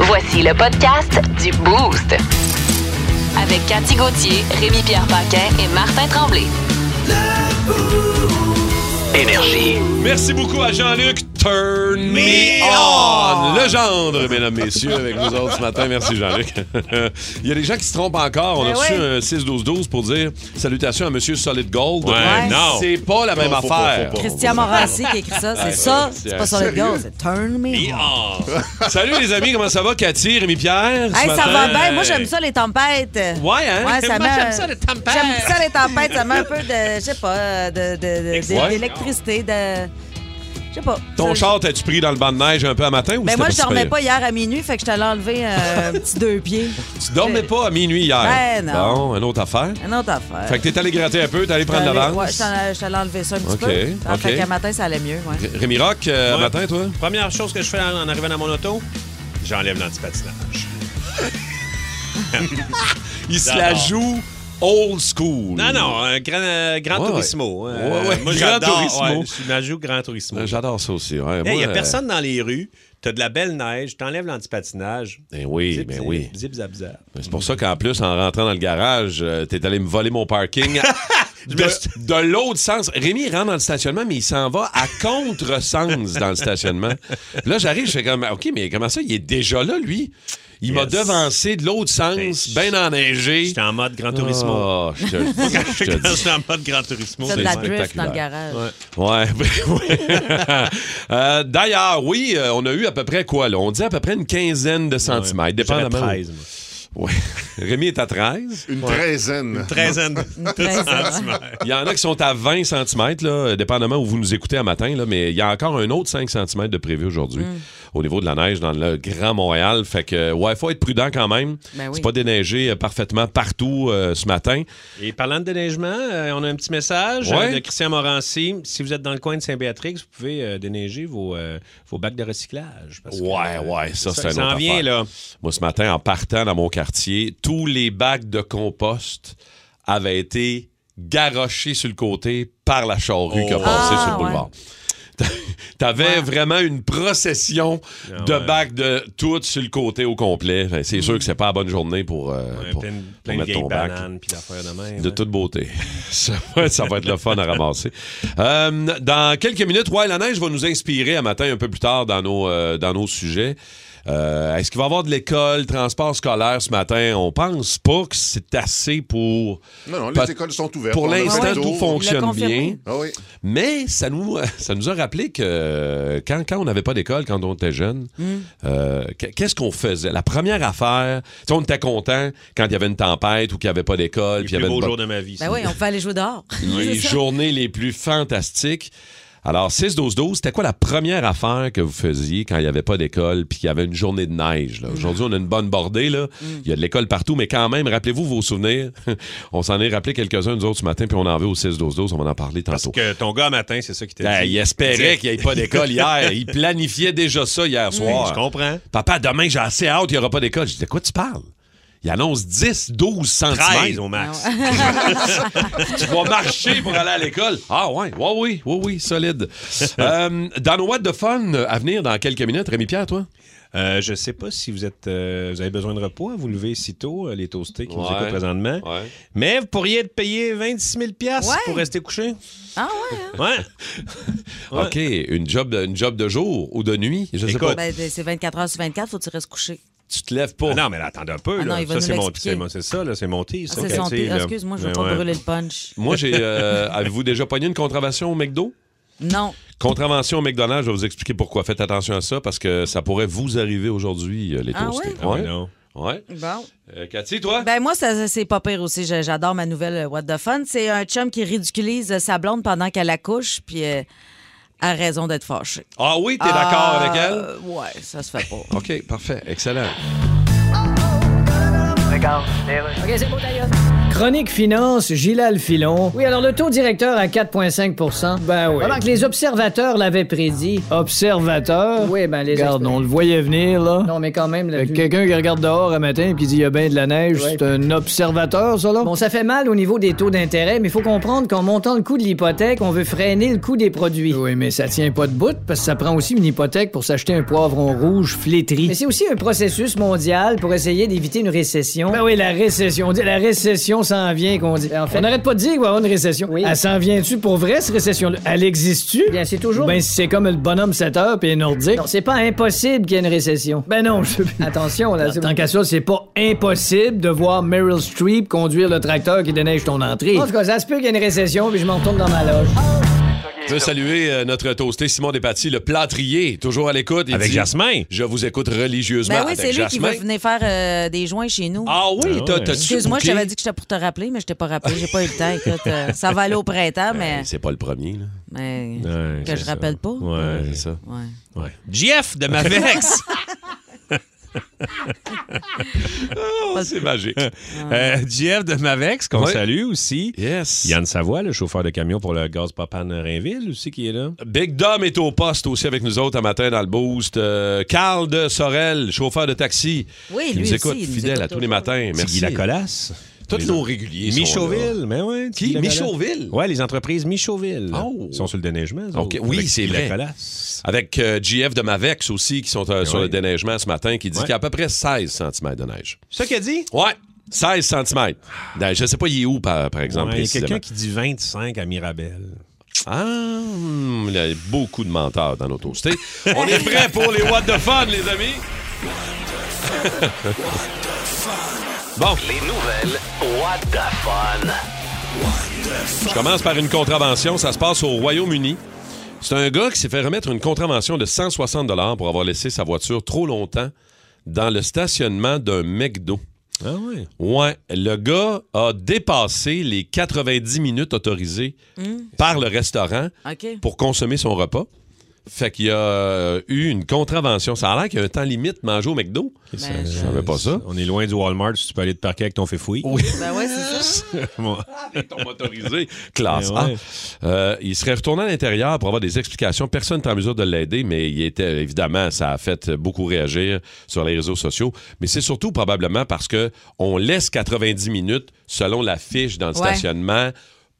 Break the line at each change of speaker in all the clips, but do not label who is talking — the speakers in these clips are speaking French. Voici le podcast du Boost. Avec Cathy Gauthier, Rémi-Pierre Paquin et Martin Tremblay.
Énergie.
Merci beaucoup à Jean-Luc. Turn me on! Le gendre, mesdames, messieurs, avec vous autres ce matin. Merci, Jean-Luc. Il y a des gens qui se trompent encore. On a
Ben
reçu
oui.
un 6-12-12 pour dire salutations à Monsieur Solid Gold.
Ouais, Ouais. non.
C'est pas la même
Faut, faut, faut,
affaire.
faut, faut.
Christian Morancy qui écrit ça, c'est ça,
c'est
c'est pas sur le
sérieux.
gars, c'est Turn Me.
Me
on.
on. Salut, les amis. Comment ça va, Cathy, Rémi-Pierre? ce
Hey, ça
matin?
va bien, moi j'aime ça les tempêtes.
Ouais, hein?
Ouais, ça
Moi,
met-
j'aime ça, les tempêtes.
J'aime ça les tempêtes, ça met un peu de, je sais pas, de- de- de- de-
Ouais.
d'électricité, de, je sais pas.
Ton
Ça-
char, t'as-tu pris dans le banc de neige un peu à matin ou
Ben
c'était
moi je
si
dormais
pire?
pas hier à minuit, fait que je t'allais enlever euh, un petit deux pieds.
Tu dormais pas à minuit hier?
Ben non.
Bon, une autre affaire.
Une autre affaire.
Fait que t'es allé gratter un peu, t'es allé prendre
J'allais-
l'avance.
ouais, je t'en- je t'allais enlever ça un petit
Ok,
peu. Ah,
ok.
Fait qu'à matin ça allait mieux, ouais.
Ré- Rémi Rock, euh,
Ouais.
matin, toi?
Première chose que je fais en en arrivant dans mon auto, j'enlève l'antipatinage.
Il se
J'adore.
la joue old school.
Non, non, un grand, euh, grand
Ouais,
Turismo.
ouais.
Euh,
Ouais, ouais,
Moi,
Gran
j'adore.
Turismo.
ouais, je suis ma joue Grand Turismo.
Euh, J'adore ça aussi. ouais.
Il
Moi,
n'y a
euh,
personne dans les rues. T'as de la belle neige. T'enlèves l'antipatinage.
Ben oui,
Zip,
ben
zip,
oui.
Zip, zap, zap.
Ben, C'est pour ça qu'en plus, en rentrant dans le garage, euh, t'es allé me voler mon parking. De, de l'autre sens. Rémi il rentre dans le stationnement, mais il s'en va à contre-sens dans le stationnement. Là, j'arrive, je fais comme, OK, mais comment ça? Il est déjà là, lui. Il m'a
Yes.
devancé de l'autre sens,
Ben,
bien enneigé.
J'étais en mode Grand Turismo.
Oh, je te le dis,
Quand
je te le dis.
j'étais en mode Grand Turismo,
Ça de
c'est
la drift
spectaculaire.
dans le garage.
Ouais, ben oui. Euh, D'ailleurs, oui, euh, on a eu à peu près quoi, là? On dit à peu près une quinzaine de centimètres,
J'avais
dépendamment.
13, moi.
Ouais. Rémi est à 13.
Une treizaine.
13 ans.
treizaine.
Il y en a qui sont à 20 cm, là, dépendamment où vous nous écoutez à matin, là, mais il y a encore un autre 5 cm de prévu aujourd'hui
Mm.
au niveau de la neige dans le Grand Montréal. Fait que, ouais, faut être prudent quand même.
Ben oui.
C'est pas déneigé euh, parfaitement partout euh, ce matin.
Et parlant de déneigement, euh, on a un petit message
Ouais.
euh, de Christian Morancy. Si vous êtes dans le coin de Saint-Béatrix, vous pouvez euh, déneiger vos, euh, vos bacs de recyclage. parce que,
Ouais,
euh,
ouais, ça, c'est
ça
un
s'en
autre
vient,
affaire.
là.
Moi, ce matin, en partant dans mon quartier, tous les bacs de compost avaient été garochés sur le côté par la charrue
Oh.
qui a passé
Ah,
sur le boulevard. T'avais vraiment une procession
Ah,
de
ouais. Mm.
bacs de tout sur le côté au complet. Fait, C'est sûr que c'est pas la bonne journée pour, euh,
Ouais,
pour-
plein de-
pour
plein de
mettre
vieilles
ton bac.
bananes puis d'affaires de même.
De
hein.
toute beauté. Ça va, ça va être le fun à ramasser. Euh, dans quelques minutes, ouais, la neige va nous inspirer à matin un peu plus tard dans nos, euh, dans nos sujets. Euh, Est-ce qu'il va y avoir de l'école, transport scolaire ce matin? On pense pas que c'est assez pour.
Non, non, les
Pas-
écoles sont ouvertes.
Pour
Ben, On a
l'instant,
plein
tout
d'eau.
fonctionne
confirmé.
bien.
Ah oui.
Mais ça nous, ça nous a rappelé que euh, quand, quand on n'avait pas d'école, quand on était jeune,
Hmm.
euh, qu- qu'est-ce qu'on faisait? La première affaire, tu sais, on était content quand il y avait une tempête ou qu'il n'y avait pas d'école.
Les
puis il y
plus
avait une
beaux
bonne-
jours de ma vie.
Ben oui, on pouvait aller jouer dehors.
les
C'est ça.
journées les plus fantastiques. Alors, 6-12-12, c'était quoi la première affaire que vous faisiez quand il n'y avait pas d'école puis qu'il y avait une journée de neige? là? Aujourd'hui, on a une bonne bordée. là.
Mm.
Il y a de l'école partout, mais quand même, rappelez-vous vos souvenirs. on s'en est rappelé quelques-uns, nous autres, ce matin, puis on en veut au 6-12-12. On va en parler
Parce
tantôt.
que ton gars, matin, c'est ça qui t'a
Ben,
dit.
il espérait qu'il n'y ait pas d'école hier. Il planifiait déjà ça hier
Mm. Je
soir.
comprends.
Papa, demain, j'ai assez hâte, il n'y aura pas d'école. Je dis, de quoi tu parles? Il annonce 10, 12
13
centimètres.
au max.
Tu vas marcher pour aller à l'école. Ah ouais, ouais, oui, oui, oui, solide. Euh, dans nos What de Fun euh, à venir dans quelques minutes, Rémi-Pierre, toi?
Euh, je sais pas si vous êtes, euh, vous avez besoin de repos, hein, vous levez si tôt, euh, les toastés qui nous
Ouais.
écoutent présentement.
Ouais.
Mais vous pourriez être payé 26 000 piastres
Ouais.
pour rester couché.
Ah ouais, hein?
Ouais. Ouais.
OK, une job, de, une job de jour ou de nuit, je sais
Écoute,
Ben,
pas.
c'est 24 heures sur 24, faut que tu restes couché.
Tu te lèves pas.
Ah non, mais là, attendez un peu.
Ah
là.
non, il va
ça,
nous
c'est mon,
l'expliquer.
c'est mon- c'est ça, là, c'est mon tea,
Ah,
ça,
c'est son
Cathy,
pire.
là.
Excuse-moi, je veux
Mais
pas
ouais.
brûler le punch.
Moi, j'ai. euh, Avez-vous déjà pogné une contravention au McDo?
Non.
Contravention au McDonald's, je vais vous expliquer pourquoi. Faites attention à ça parce que ça pourrait vous arriver aujourd'hui, euh, les
Ah
toastés.
Ah, mais non.
Ouais.
Bon.
Euh, Cathy, toi?
Ben moi, ça, c'est pas pire aussi. Je- J'adore ma nouvelle euh, What the Fun. C'est un chum qui ridiculise euh, sa blonde pendant qu'elle accouche, puis euh, a raison d'être fâché.
Ah oui, t'es d'accord avec elle?
Euh, Ouais, ça se fait pas.
OK, parfait. Excellent.
Chronique finance, Gilal Filon. Oui, alors le taux directeur à 4,5 Ben oui. Alors que les observateurs l'avaient prédit. Observateurs? Oui, ben les
Regarde,
experts.
on le voyait venir, là.
Non, mais quand même, la
Fait que
pluie-
Quelqu'un qui regarde dehors un matin et qui dit il y a bien de la neige,
Ouais.
c'est un observateur, ça, là?
Bon, ça fait mal au niveau des taux d'intérêt, mais il faut comprendre qu'en montant le coût de l'hypothèque, on veut freiner le coût des produits.
Oui, mais ça tient pas de bout parce que ça prend aussi une hypothèque pour s'acheter un poivron rouge flétri.
Mais c'est aussi un processus mondial pour essayer d'éviter une récession.
Ben oui, la récession. On dit la récession s'en vient, qu'on dit.
Ben, en fait-
on n'arrête pas de dire qu'il va y avoir une récession.
Oui. Eh
Elle s'en vient-tu pour vrai, cette récession-là? Elle existe-tu?
Bien, c'est toujours.
Ben, si c'est comme le bonhomme 7 heures puis les Nordiques.
Non, c'est pas impossible qu'il y ait une récession.
Ben non, je
Attention, là. c'est-
Tant qu'à ça, c'est pas impossible de voir Meryl Streep conduire le tracteur qui déneige ton entrée.
En tout cas, ça se peut qu'il y ait une récession, puis je m'en retourne dans ma loge.
Je veux saluer euh, notre toasté Simon Despaty, le plâtrier, toujours à l'écoute. Il
Avec
dit,
Jasmin.
Je vous écoute religieusement
Ben oui, c'est
avec
lui qui va
Jasmin.
venir faire euh, des joints chez nous.
Ah oui,
Ah
t'as-
ouais.
t'as-tu
Excuse-moi, je
booké?
t'avais dit que j'étais pour te rappeler, mais je t'ai pas rappelé. J'ai pas eu le temps. Écoute, euh, ça va aller au printemps, mais,
Hey, C'est pas le premier, là.
mais
Ouais,
que
c'est
je
ça.
rappelle pas.
Ouais,
C'est ça.
Ouais.
ouais. JF de Mavex.
Oh, c'est magique.
Euh, JF de Mavex, qu'on
Ouais.
salue aussi.
Yes.
Yann Savoie, le chauffeur de camion pour le gaz propane Rainville aussi qui est là.
Big Dom est au poste aussi avec nous autres un matin dans le boost. Euh, Carl de Sorel, chauffeur de taxi.
Oui,
qui
lui
nous écoute
aussi, il nous
fidèle
écoute
à tous les
toujours.
matins.
Merci.
Merci.
la Colasse.
Tous
Les
nos
en-
réguliers sont là.
Michauville, mais ouais.
Qui?
Guy Lacolasse.
Michauville?
Ouais, les entreprises Michauville.
Oh.
Ils sont sur le déneigement. eux autres,
Ok, oui,
avec
c'est
Guy
vrai.
Lacolasse.
Avec euh, GF de Mavex aussi, qui sont euh, sur
oui.
le déneigement ce matin, qui dit
Ouais.
qu'il y a à peu près 16 cm de neige.
C'est ça qu'il a dit?
Ouais, 16 cm. Ben, Je sais pas, il est où, par, par exemple,
Ouais, Il y a
précisément.
quelqu'un qui dit 25 à Mirabel.
Ah, hum, il y a beaucoup de menteurs dans nos toastés. On est prêts pour les What the Fun, les amis? Bon,
Les nouvelles, what the fun.
je commence par une contravention. Ça se passe au Royaume-Uni. C'est un gars qui s'est fait remettre une contravention de 160 pour avoir laissé sa voiture trop longtemps dans le stationnement d'un McDo.
Ah oui.
Ouais, le gars a dépassé les 90 minutes autorisées par le restaurant
OK.
pour consommer son repas. Fait qu'il y a euh, eu une contravention. Ça a l'air qu'il y a un temps limite de manger au McDo. Euh,
Ben, je-
savais pas ça.
On est loin du Walmart, si tu peux aller te parquer avec ton féfoui.
Ben ouais, c'est ça.
Bon.
ton motorisé. Classe
Eh
A.
ouais.
Euh, il serait retourné à l'intérieur pour avoir des explications. Personne n'est en mesure de l'aider, mais il était évidemment, ça a fait beaucoup réagir sur les réseaux sociaux. Mais c'est surtout probablement parce que on laisse 90 minutes selon la fiche dans le
Ouais.
stationnement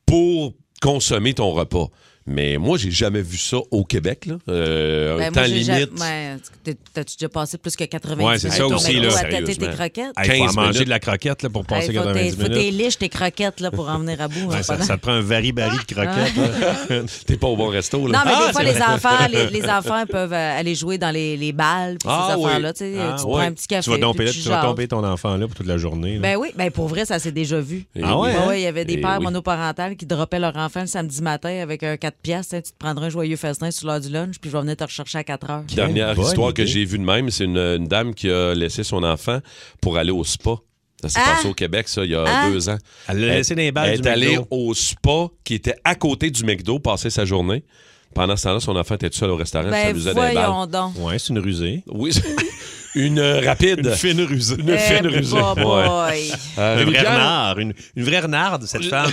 pour consommer ton repas. Mais moi, j'ai jamais vu ça au Québec. Là. Euh, un
Ben,
temps
moi, j'ai jamais-
limite.
ouais, t'es- T'as-tu déjà passé plus que 90
Ouais, c'est ça
minutes au
aussi,
McDo
là,
à tâter tes
sérieusement.
croquettes?
Hey, faut
15
en manger
minutes.
de la croquette là, pour passer
Hey, faut
90
tes- faut tes
minutes.
liches, tes croquettes, là, pour en venir à bout. hein,
Ouais, ça,
pendant-
ça te prend un vari-bari de croquettes. là.
T'es pas au bon resto. Là.
Non, mais
Ah,
des fois,
c'est
les
vrai.
enfants, les, les enfants peuvent euh, aller jouer dans les, les balles, puis
Ah,
ces
oui.
affaires-là. Tu, sais,
Ah,
tu te
ouais.
prends un petit café.
Tu vas, domper
puis
là,
tu
tu vas
jases.
tomber ton enfant là pour toute la journée. là.
Ben oui, ben pour vrai, ça s'est déjà vu.
Eh
Ah ouais,
Ben
hein?
ouais, il y avait des
Eh
pères
oui.
monoparentales qui droppaient leur enfant le samedi matin avec un 4 piastres. hein, tu te prendras un joyeux festin sur l'heure du lunch, puis je vais venir te rechercher à 4 heures.
Dernière
Bonne
histoire que
idée.
j'ai vue de même, c'est une, une dame qui a laissé son enfant pour aller au spa. Ça s'est
Ah!
passé au Québec, ça, il y a
Ah!
deux ans.
Elle l'a laissé dans les balles
Elle
du
est allée
McDo.
au spa qui était à côté du McDo, passer sa journée. Pendant ce temps-là, son enfant était tout seul au restaurant, ça
Ben
s'amusait dans les balles.
voyons donc.
Ouais, c'est une rusée.
Oui, une euh, rapide.
fine rusée.
Eh,
Une
bah, boy.
Euh,
Un vrai
Rémi-Pierre,
renard. Une, une vraie renarde, cette femme.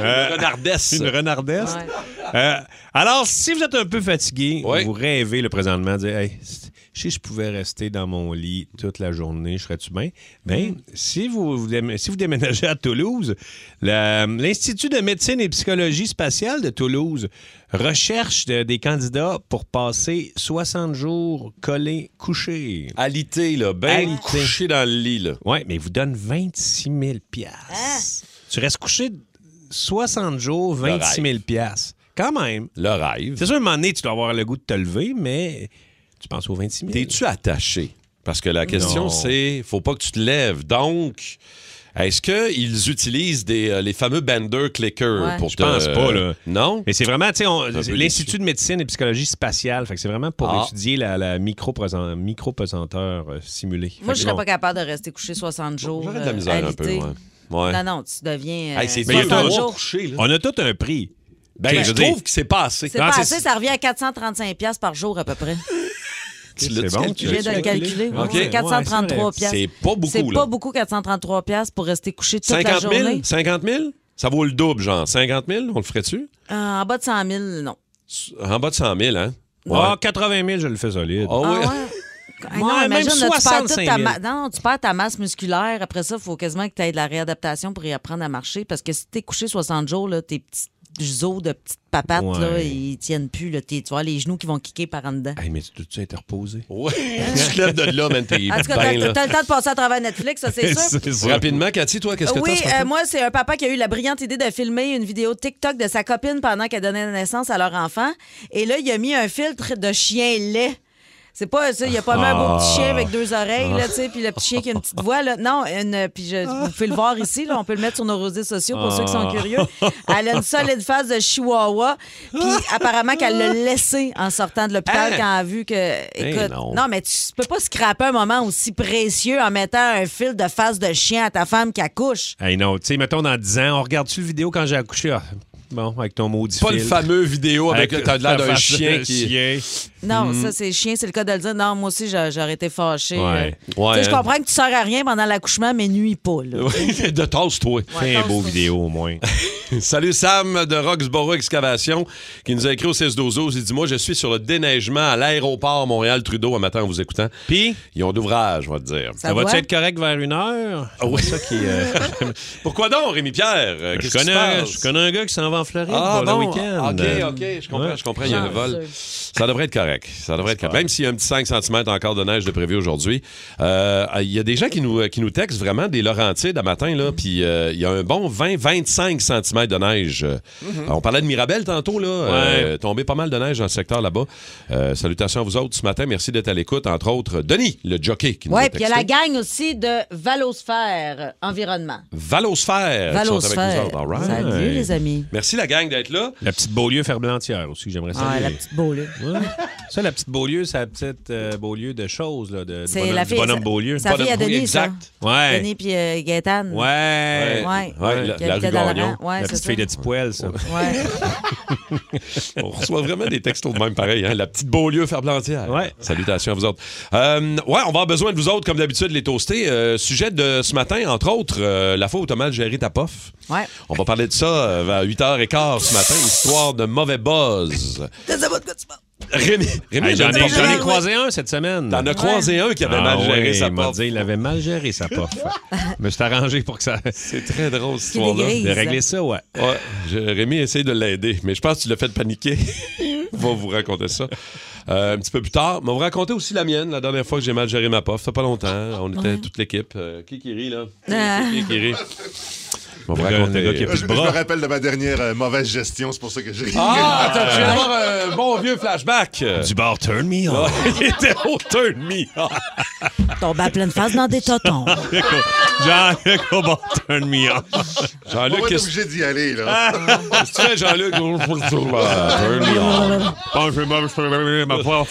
Euh,
Une renardesse.
Une renardesse.
Ouais.
Euh, alors, si vous êtes un peu fatigué,
Oui.
vous rêvez le présentement, dire hey, si je pouvais rester dans mon lit toute la journée, je serais-tu bien? Bien, si, vous, vous dém- si vous déménagez à Toulouse, la- l'Institut de médecine et psychologie spatiale de Toulouse recherche de- des candidats pour passer 60 jours collés, couchés.
Alité, là, ben
Alité.
couché dans le lit, là.
Oui, mais il vous donne 26 000
Ah.
piastres. Tu restes couché 60 jours, 26 000 piastres. Quand même.
Le rêve.
C'est sûr, à un moment donné, tu dois avoir le goût de te lever, mais tu penses aux 26 000.
T'es-tu attaché? Parce que la question,
Non.
c'est faut pas que tu te lèves. Donc, est-ce qu'ils utilisent des, euh, les fameux Bender Clicker
Ouais.
pour
Je
te-
pense pas, là.
Non?
Mais c'est vraiment, tu sais, on-
peu
l'Institut de médecine et psychologie spatiale, fait que c'est vraiment pour
Ah.
étudier la, la micro-presen- micro-pesanteur euh, simulée.
Moi,
Fait
je
que
serais
bon.
pas capable de rester couché 60 jours.
J'aurais de la
euh,
misère un peu,
alité.
ouais. Ouais.
Non, non, tu deviens. euh,
Hey, c'est
Mais il y a
60
tout-
jours.
couché, là.
On a tout un prix.
Ben,
Tu sais,
je
veux dire-
trouve que c'est pas assez.
C'est
Non,
pas
c'est-
assez, ça revient à 435$ piastres par jour à peu près.
Tu
C'est
l'as-tu
bon,
calculé?
tu
Je viens de
l'as-tu
le calculer.
Ah,
ouais.
OK.
Ouais,
433
c'est
pièces.
C'est pas beaucoup,
C'est
là.
pas beaucoup, 433 pièces pour rester couché toute la
50 000?
journée.
50 000? Ça vaut le double, genre. 50 000? On le ferait-tu?
Euh, en bas de 100 000, non.
En bas de 100 000, hein? Ouais.
Ah, 80 000, je le fais solide.
Ah oui.
Ah ouais? Ah non,
Ouais, même
imagine, là, tu perds toute
65
ta
000.
ma- non, tu perds ta masse musculaire. Après ça, il faut quasiment que tu aies de la réadaptation pour y apprendre à marcher. Parce que si t'es couché 60 jours, là, tes petits os de petites papates,
Ouais.
là, ils tiennent plus. Là, T'es- tu vois, les genoux qui vont kicker par en dedans.
Hey, mais tu dois-tu être reposé?
Ouais. tu te lèves de là, man. T'es
Hein? En tout cas,
bien,
t'as
là.
t'as le temps de passer à travers Netflix, ça, c'est sûr.
Rapidement, Cathy, toi, qu'est-ce que
Oui,
t'as? ce
euh,
matin?
moi, c'est un papa qui a eu la brillante idée de filmer une vidéo TikTok de sa copine pendant qu'elle donnait naissance à leur enfant. Et là, il a mis un filtre de chien lait. C'est pas ça, il a pas mis un beau petit chien avec deux oreilles, là, tu sais, puis le petit chien qui a une petite voix, là. Non, une, puis je, vous pouvez le voir ici, là, on peut le mettre sur nos réseaux sociaux pour ceux qui sont curieux. Elle a une solide face de chihuahua, puis apparemment qu'elle l'a laissé en sortant de l'hôpital
Hein?
quand elle a vu que... Écoute,
non.
non, mais tu peux pas scraper un moment aussi précieux en mettant un fil de face de chien à ta femme qui accouche.
Hey, non, tu sais, mettons dans 10 ans, on regarde-tu le vidéo quand j'ai accouché? Ah, bon, avec ton maudit
Pas le
filtre.
fameux vidéo avec,
Avec
t'as l'air
la
d'un
face
chien
de
qui.
chien.
Non, ça, c'est chien, c'est le cas de le dire. Non, moi aussi, j'a- j'aurais été fâchée. là.
Ouais.
Tu sais, Je
hein.
comprends que tu sors à rien pendant l'accouchement, mais nuis pas. là.
Oui, de tasse-toi.
Fais un beau
tasse-toi.
vidéo au moins.
Salut Sam de Roxborough Excavation qui nous a écrit au 16 12 Il dit Moi, je suis sur le déneigement à l'aéroport Montréal-Trudeau un matin en vous écoutant.
Puis,
Ils ont d'ouvrage, je vais te dire.
Ça
ça va-tu
doit?
être correct vers une heure?
Ah oui.
Ça qui, euh,
Pourquoi donc, Rémi Pierre Euh,
je,
qu'est-ce qui se
connais,
passe?
je connais un gars qui s'en va en Floride
Ah,
pour
bon.
le week-end.
OK, OK, je comprends,
Ouais.
je comprends, il y a un vol. Ça devrait être correct. Ça devrait être correct. Même s'il y a un petit 5 cm encore de neige de prévu aujourd'hui, euh, il y a des gens qui nous, qui nous textent vraiment des Laurentides à matin, là, puis euh, il y a un bon 20-25 cm de neige. Euh,
Mm-hmm.
On parlait de Mirabel tantôt, là. Euh, tombé pas mal de neige dans le secteur là-bas. Euh, salutations à vous autres ce matin. Merci d'être à l'écoute. Entre autres, Denis, le jockey, qui nous
Oui,
a
puis il y a
texté.
la gang aussi de Valosphère Environnement.
Valosphère. qui Ben, sont avec nous
Valosphère.
autres. All right.
Salut, les amis.
Merci la gang d'être là.
La petite Beaulieu ferblantière aussi, j'aimerais ça.
Ah, la petite Beaulieu.
Ça, la petite Beaulieu, c'est la petite euh, Beaulieu de choses, là, de, du
C'est
bonhomme,
la
du
fille-
bonhomme
sa-
Beaulieu.
sa fille à
Bonhomme-
Denis,
exact.
ça.
Ouais.
Denis puis euh, Gaétane.
Ouais.
Ouais.
Ouais, la-
Qui
la
habitait
rue
dans
Gagnon.
rang- Ouais,
la
c'est
petite
ça.
fille de Tipoil, ça.
Ouais.
On reçoit vraiment des textos de même pareil. hein. La petite Beaulieu Ferblantière.
Ouais.
Salutations à vous autres. Euh, ouais, on va avoir besoin de vous autres, comme d'habitude, les toastés. Euh, sujet de ce matin, entre autres, euh, la faute au mal géré Tapoff.
Ouais.
On va parler de ça euh, à 8h15 ce matin, histoire de mauvais buzz. Rémi, Rémi
Hey,
je
J'en
ne
ai,
sais pas.
j'en ai croisé un cette semaine.
T'en as croisé un qui avait mal
Ah
géré
ouais,
sa
il m'a
pof.
dit, il avait mal géré sa pof. Je me suis arrangé pour que ça.
C'est très drôle, cette
Qui
histoire-là.
dégrise.
De régler ça, ouais.
Ouais, je- Rémi essaye de l'aider, mais je pense que tu l'as fait paniquer. On va vous raconter ça euh, un petit peu plus tard. Mais on va vous raconter aussi la mienne, la dernière fois que j'ai mal géré ma pof. Ça fait pas longtemps. hein. On était toute l'équipe. Euh, qui qui rit, là? Qui qui rit? On va vous
Le gars-
raconter.
le gars qui a
Je,
plus
je
de
me
bras.
rappelle de ma dernière euh, mauvaise gestion, c'est pour ça que j'ai
Ah, attends, je viens d'avoir un bon vieux flashback.
Du bord, turn me on.
Il était au turn me.
Tombe à pleine face dans des totons.
Jean-Luc au bord, turn me on.
On va
Jean-Luc,
être
qu'est-ce
obligé d'y aller,
Ah,
là.
qu'est-ce que tu fais, Jean-Luc? turn me on.
Bon, je vais- bon, je vais- ma pof.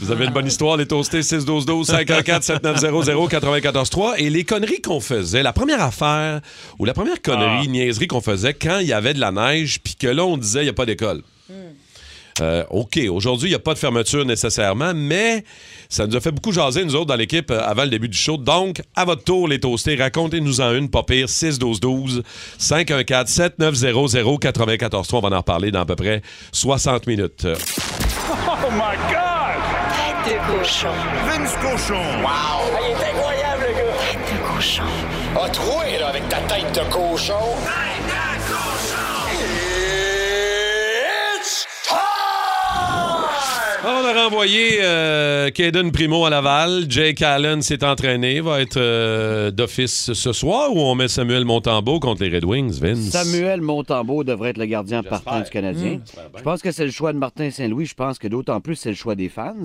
Vous avez une bonne histoire, les toastés 612-12, 514-7900-943. Et les conneries qu'on faisait, la première affaire ou la première connerie, niaiserie qu'on faisait quand il y avait de la neige, puis que là, on disait, il n'y a pas d'école. Euh, OK, aujourd'hui, il n'y a pas de fermeture nécessairement, mais ça nous a fait beaucoup jaser, nous autres, dans l'équipe, euh, avant le début du show. Donc, à votre tour, les toastés, racontez-nous-en une, pas pire, 6-12-12, 514-7900-943. On va en reparler dans à peu près 60 minutes. Euh,
Tête de cochon.
Vince Cochon.
il est incroyable, le gars!
Tête de cochon.
A troué, là, avec ta tête de cochon! Tête de cochon! It's time!
On a renvoyé euh, Caden Primo à Laval. Jake Allen s'est entraîné, va être euh, d'office ce soir ou on met Samuel Montembeau contre les Red Wings, Vince?
Samuel Montembeau devrait être le gardien partant du Canadien. Je pense que c'est le choix de Martin Saint-Louis. Je pense que d'autant plus, c'est le choix des fans.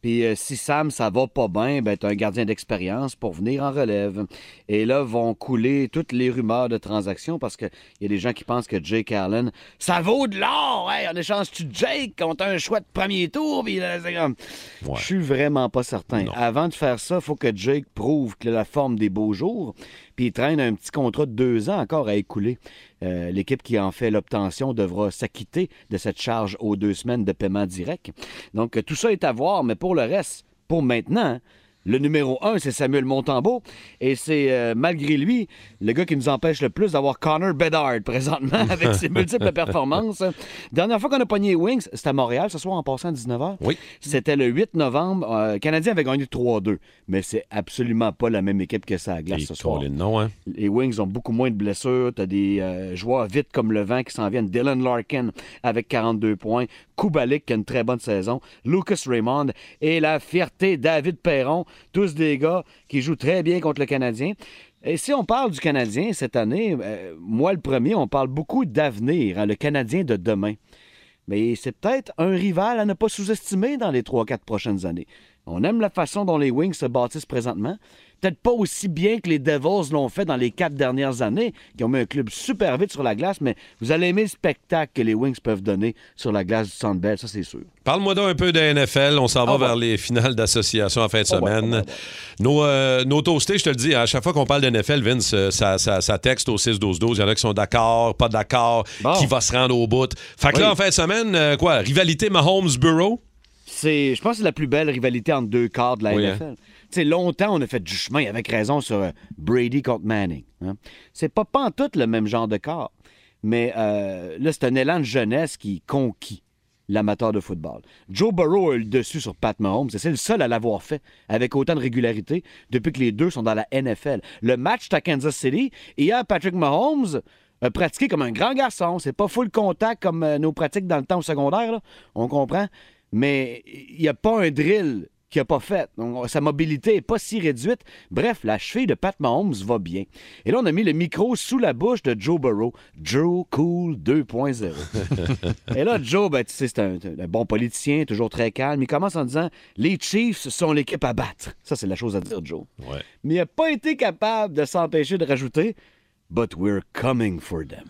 Puis euh, si Sam, ça va pas bien, ben t'as un gardien d'expérience pour venir en relève. Et là vont couler toutes les rumeurs de transactions parce qu'il y a des gens qui pensent que Jake Allen, ça vaut de l'or! Hey, on échange-tu Jake contre un choix de premier tour? Puis là, c'est comme... Je suis vraiment pas certain. Avant de faire ça, faut que Jake prouve qu'il a la forme des beaux jours, puis il traîne un petit contrat de deux ans encore à écouler. Euh, L'équipe qui en fait l'obtention devra s'acquitter de cette charge aux deux semaines de paiement direct. Donc, euh, tout ça est à voir, mais pour le reste, pour maintenant, le numéro un, c'est Samuel Montembeau. Et c'est, euh, malgré lui, le gars qui nous empêche le plus d'avoir Connor Bedard présentement avec ses multiples performances. Dernière fois qu'on a pogné les Wings, c'était à Montréal, ce soir en passant à 19h.
Oui.
C'était le 8 novembre. Euh, le Canadien avait gagné 3-2. Mais c'est absolument pas la même équipe que ça à glace
Et
ce soir.
Colin, non, hein?
Les Wings ont beaucoup moins de blessures. Tu as des euh, joueurs vite comme le vent qui s'en viennent. Dylan Larkin avec 42 points. Kubalik qui a une très bonne saison. Lucas Raymond et la fierté David Perron. Tous des gars qui jouent très bien contre le Canadien. Et si on parle du Canadien cette année, euh, moi le premier, on parle beaucoup d'avenir, hein, le Canadien de demain. Mais c'est peut-être un rival à ne pas sous-estimer dans les 3-4 prochaines années. On aime la façon dont les Wings se bâtissent présentement. Peut-être pas aussi bien que les Devils l'ont fait dans les quatre dernières années, qui ont mis un club super vite sur la glace, mais vous allez aimer le spectacle que les Wings peuvent donner sur la glace du Centre Bell, ça c'est sûr.
Parle-moi donc un peu de NFL. On s'en va vers les finales d'association en fin de semaine. Nos, euh, nos toastés, je te le dis, à chaque fois qu'on parle de NFL, Vince, euh, ça, ça- ça texte au 6-12-12. Il y en a qui sont d'accord, pas d'accord, qui va se rendre au bout. Fait que là,
Oui.
en fin de semaine, euh, quoi? Rivalité Mahomes-Burrow?
C'est, je pense, que c'est la plus belle rivalité entre deux quarts de la
Oui,
NFL.
hein.
Tu sais, longtemps, on a fait du chemin avec raison sur euh, Brady contre Manning. hein. C'est pas pantoute le même genre de corps. Mais euh, là, c'est un élan de jeunesse qui conquit l'amateur de football. Joe Burrow a eu le dessus sur Pat Mahomes et c'est le seul à l'avoir fait avec autant de régularité depuis que les deux sont dans la NFL. Le match est à Kansas City et hier, Patrick Mahomes a pratiqué comme un grand garçon. C'est pas full contact comme euh, nos pratiques dans le temps au secondaire, là. on comprend, mais il n'y a pas un drill qu'il n'a pas fait. Donc, sa mobilité n'est pas si réduite. Bref, la cheville de Pat Mahomes va bien. Et là, on a mis le micro sous la bouche de Joe Burrow. Joe Cool 2.0. Et là, Joe, ben, tu sais, c'est un, un bon politicien, toujours très calme. Il commence en disant Les Chiefs sont l'équipe à battre. Ça, c'est la chose à dire, Joe. Mais il n'a pas été capable de s'empêcher de rajouter But we're coming for them.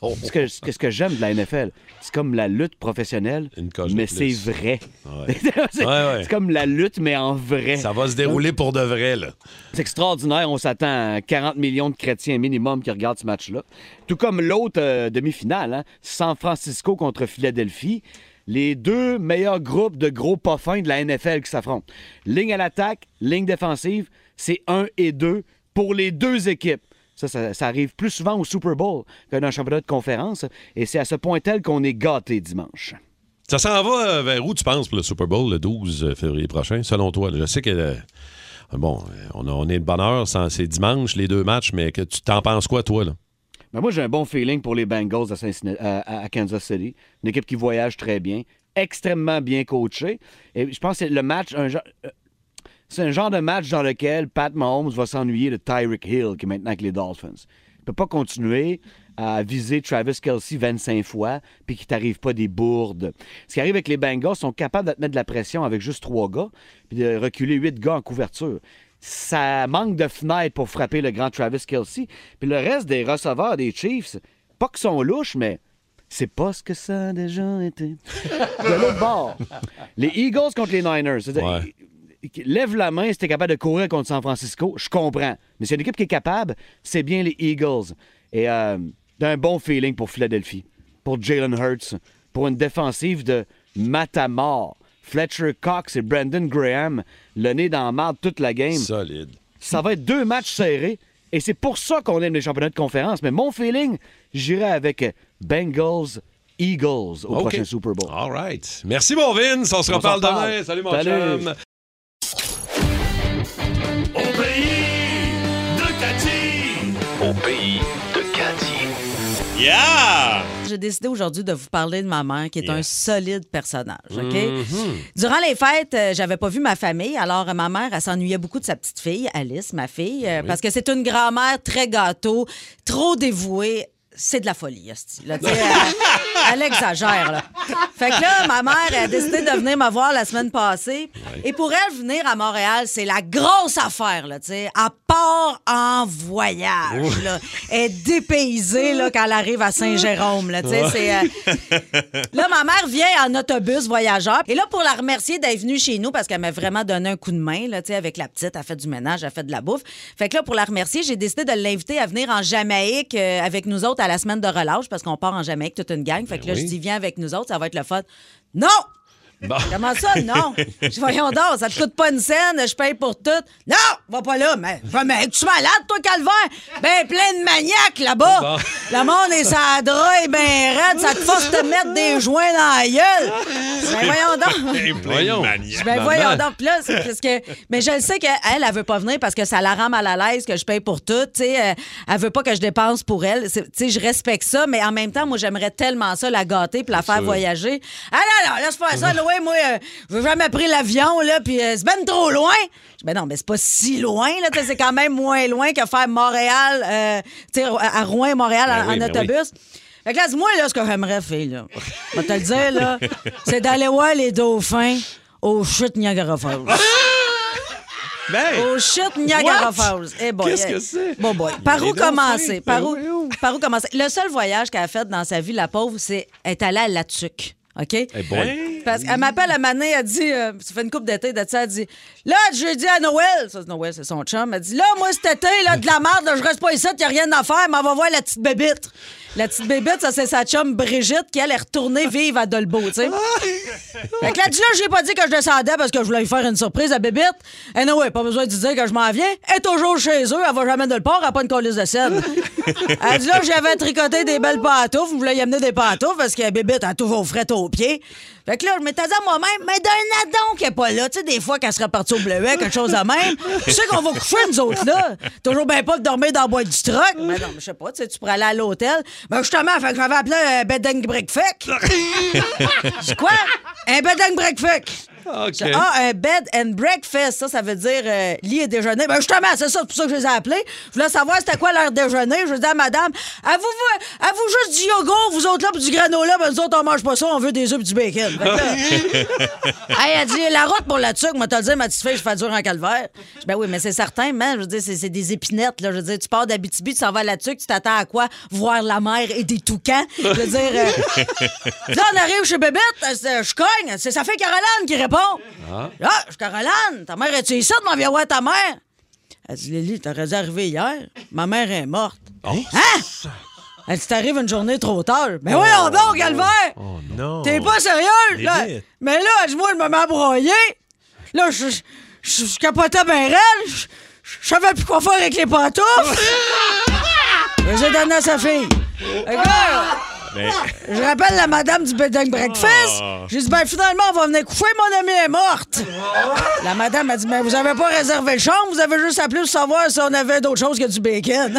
Oh.
Ce que, ce que- ce que j'aime de la NFL, c'est comme la lutte professionnelle,
coche de
mais c'est
plus.
vrai.
Ouais.
c'est
Ouais, ouais.
c'est comme la lutte, mais en vrai.
Ça va se dérouler pour de vrai, là.
C'est extraordinaire. On s'attend à 40 millions de chrétiens minimum qui regardent ce match-là. Tout comme l'autre euh, demi-finale, hein, San Francisco contre Philadelphie. Les deux meilleurs groupes de gros pas fins de la NFL qui s'affrontent. Ligne à l'attaque, ligne défensive, c'est 1 et 2 pour les deux équipes. Ça, ça, ça arrive plus souvent au Super Bowl que dans un championnat de conférence. Et c'est à ce point tel qu'on est gâté dimanche.
Ça s'en va euh, vers où, tu penses, pour le Super Bowl le 12 février prochain, selon toi? là? Je sais que, euh, bon, euh, on, a- on est de bonne heure, sans- c'est dimanche, les deux matchs, mais que tu t'en penses quoi, toi, là?
Mais Ben, moi, j'ai un bon feeling pour les Bengals à, Cincinnati- à- à- à Kansas City. Une équipe qui voyage très bien, extrêmement bien coachée. Et je pense que c'est le match, un genre- euh, c'est un genre de match dans lequel Pat Mahomes va s'ennuyer de Tyreek Hill, qui est maintenant avec les Dolphins. Il peut pas continuer à viser Travis Kelsey 25 fois, puis qu'il t'arrive pas des bourdes. Ce qui arrive avec les Bengals, ils sont capables de te mettre de la pression avec juste trois gars, puis de reculer huit gars en couverture ça manque de fenêtre pour frapper le grand Travis Kelsey. Puis le reste des receveurs des Chiefs, pas qu'ils sont louches, mais c'est pas ce que ça a déjà été. De l'autre bord, les Eagles contre les Niners. C'est-à-dire,
Ouais.
Lève la main si t'es capable de courir contre San Francisco. Je comprends. Mais c'est une équipe qui est capable, c'est bien les Eagles. Et euh, d'un bon feeling pour Philadelphie, pour Jalen Hurts, pour une défensive de Matamor. Fletcher Cox et Brandon Graham, le nez dans la marde toute la game.
Solide.
Ça va être deux matchs serrés. Et c'est pour ça qu'on aime les championnats de conférence. Mais mon feeling, j'irai avec Bengals, Eagles au
Ah, OK.
prochain Super Bowl.
All right. Merci, mon Vince. On se
On
reparle
s'en parle.
demain. Salut, mon
Salut.
chum.
Au pays de Cathy.
Yeah!
J'ai décidé aujourd'hui de vous parler de ma mère, qui est un solide personnage. OK? Durant les fêtes, euh, j'avais pas vu ma famille. Alors, euh, ma mère, elle s'ennuyait beaucoup de sa petite fille, Alice, ma fille, euh, parce que c'est une grand-mère très gâteau, trop dévouée. C'est de la folie, hostie, là, tu sais, euh, Elle exagère, là. Fait que là, ma mère a décidé de venir me voir la semaine passée. Et pour elle, venir à Montréal, c'est la grosse affaire, là, tu sais. À part en voyage, là. Elle est dépaysée, là, quand elle arrive à Saint-Jérôme, là, tu sais. c'est, euh, Là, ma mère vient en autobus voyageur. Et là, pour la remercier d'être venue chez nous, parce qu'elle m'a vraiment donné un coup de main, là, tu sais, avec la petite, elle fait du ménage, elle fait de la bouffe. Fait que là, pour la remercier, j'ai décidé de l'inviter à venir en Jamaïque euh, avec nous autres à la semaine de relâche, parce qu'on part en Jamaïque, toute une gang. Fait que là,
oui.
je dis, viens avec nous autres, ça va être le fun. Non!
Bon.
Comment ça? Non! Je dis, voyons donc, ça te coûte pas une scène, je paye pour tout. Non! Va pas là, mais, mais tu es malade, toi, Calvaire? Ben, plein de maniaques là-bas!
Bon.
Le monde est sa drogue, ben raide, ça te force de te mettre des joints dans la gueule. Ben voyons donc.
Plein de
Voyons.
maniaques.
Ben
Maman.
voyons donc. Puis là, c'est parce que. Mais je le sais qu'elle, elle, elle veut pas venir parce que ça la rend mal à l'aise, que je paye pour tout. Tu sais, euh, elle veut pas que je dépense pour elle. C'est- Tu sais, je respecte ça, mais en même temps, moi, j'aimerais tellement ça, la gâter puis la faire voyager. Ah non, non, laisse faire ça, là, ouais, moi, euh, je veux jamais pris l'avion, là, puis euh, c'est ben trop loin. Je dis, Ben non, mais c'est pas si loin, là. Tu sais, C'est quand même moins loin que faire Montréal, euh, tu sais, à Rouen, Montréal
Ben
en,
oui,
en
ben oui.
autobus. Plus. Fait que là, dis-moi, là, ce que j'aimerais faire, là. Je vais te le dire, là. C'est d'aller voir les dauphins au chute Niagara Falls.
Ben,
Au chute Niagara
Ah! What?
Falls. Eh boy,
Qu'est-ce
eh.
que c'est?
Bon boy. Par
Les
où
dauphins,
commencer? Par
ben
où, par où commencer? Le seul voyage qu'elle a fait dans sa vie, la pauvre, c'est être allée à La Tuque. OK?
Eh boy.
Parce qu'elle m'appelle à Mané, elle dit, euh, ça fait une coupe d'été de ça, elle dit Là, j'ai dit à Noël, ça c'est Noël, c'est son chum, elle dit Là, moi cet été, là, de la merde, là, je reste pas ici, t'as rien à faire, mais on va voir la petite bébite. La petite bébite, ça c'est sa chum Brigitte qui elle est retournée vivre à Dolbeau, tu sais. Fait que là-dessus, là, j'ai pas dit que je descendais parce que je voulais lui faire une surprise à Bébite. Eh non, ouais, pas besoin de dire que je m'en viens. Elle est toujours chez eux, elle va jamais de le port, elle a pas une colisse de scène. elle dit là, j'avais tricoté des belles pantoufles, je voulais y amener des pantoufles parce que Bébite a toujours fret aux pieds. Fait que là, je m'étais dit à moi-même, mais d'un adon qui est pas là, tu sais, des fois qu'elle serait partie au bleuet, quelque chose de même. Tu sais qu'on va coucher, nous autres, là. Toujours bien pas de dormir dans la boîte du truck. Mais non, mais je sais pas, tu sais, tu pourrais aller à l'hôtel. Ben justement, fait que j'avais appelé euh, un bed and breakfast. C'est quoi? Un bed and breakfast.
OK.
Ah, un bed and breakfast, ça, ça veut dire euh, lit et déjeuner. Ben justement, c'est ça, c'est pour ça que je les ai appelés. Je voulais savoir c'était quoi leur déjeuner. Je dis à madame, avez-vous avez juste du yogourt, vous autres là, puis du granola, ben nous autres, on mange pas ça, on veut des œufs et du bacon. Fait que là, Hey, elle dit, la route pour la tuque, moi, t'as le dit, ma petite fille, je fais dur en calvaire. Je dis, ben oui, mais c'est certain, man. Je veux dire, c'est c'est des épinettes, là. Je veux dire, tu pars d'Abitibi, tu t'en vas à la tuque, tu t'attends à quoi? Voir la mer et des toucans. Je veux dire, euh, Puis là, on arrive chez Bébête, euh, c'est- je cogne. C'est sa fille Caroline qui répond. Ah, je suis Caroline, ta mère, est-tu ici? M'en viens voir ta mère. Elle dit, Lily, t'aurais dû arriver hier. Ma mère est morte. Hein? Elle dit, t'arrives une journée trop tard. Mais oui, on donc, Calvaire!
non.
T'es pas sérieux? là?
Limite.
Mais là, elle dit, moi, je me mets à broyer. Là, je, je, je- je capotais ben raide. Je, je- je savais plus quoi faire avec les pantoufles. Je les ai donné à sa fille. Fait que là,
Ben,
je rappelle la madame du bed and breakfast. J'ai dit, ben finalement, on va venir coucher, mon amie est morte. La madame a dit, ben vous avez pas réservé le chambre, vous avez juste appelé pour savoir si on avait d'autres choses que du bacon.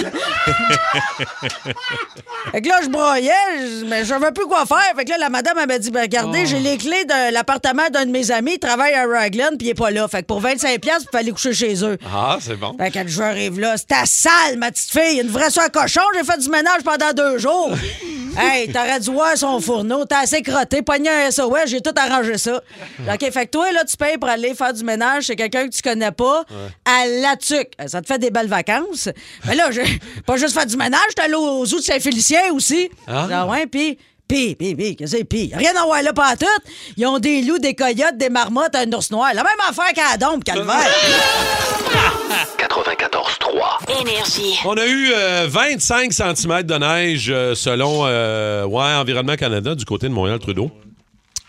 fait que là, je broyais, je- mais je savais plus quoi faire. Fait que là, la madame, elle m'a dit, ben regardez, j'ai les clés de l'appartement d'un de mes amis, il travaille à Raglan, puis il est pas là. Fait que pour 25$, il fallait coucher chez eux.
Ah, c'est bon.
Fait que quand j'arrive là, c'était sale, ma petite fille. Une vraie soeur cochon, j'ai fait du ménage pendant deux jours. hey, t'aurais dû voir son fourneau, t'as assez crotté, pogné un SOS, j'ai tout arrangé ça. OK, fait que toi, là, tu payes pour aller faire du ménage chez quelqu'un que tu connais pas à la tuque. Euh, Ça te fait des belles vacances. Mais là, j'ai pas juste fait du ménage, t'es allé aux zoo de Saint-Félicien aussi.
Ah.
Ah ouais, puis... Pis, pis, pis, qu'est-ce que c'est, pis? Rien à voir là, pas à tout. Ils ont des loups, des coyotes, des marmottes, un ours noir. La même affaire qu'à Dombe, Calvaire.
94-3.
Énergie.
On a eu euh, 25 cm de neige euh, selon euh, ouais, Environnement Canada du côté de Montréal-Trudeau.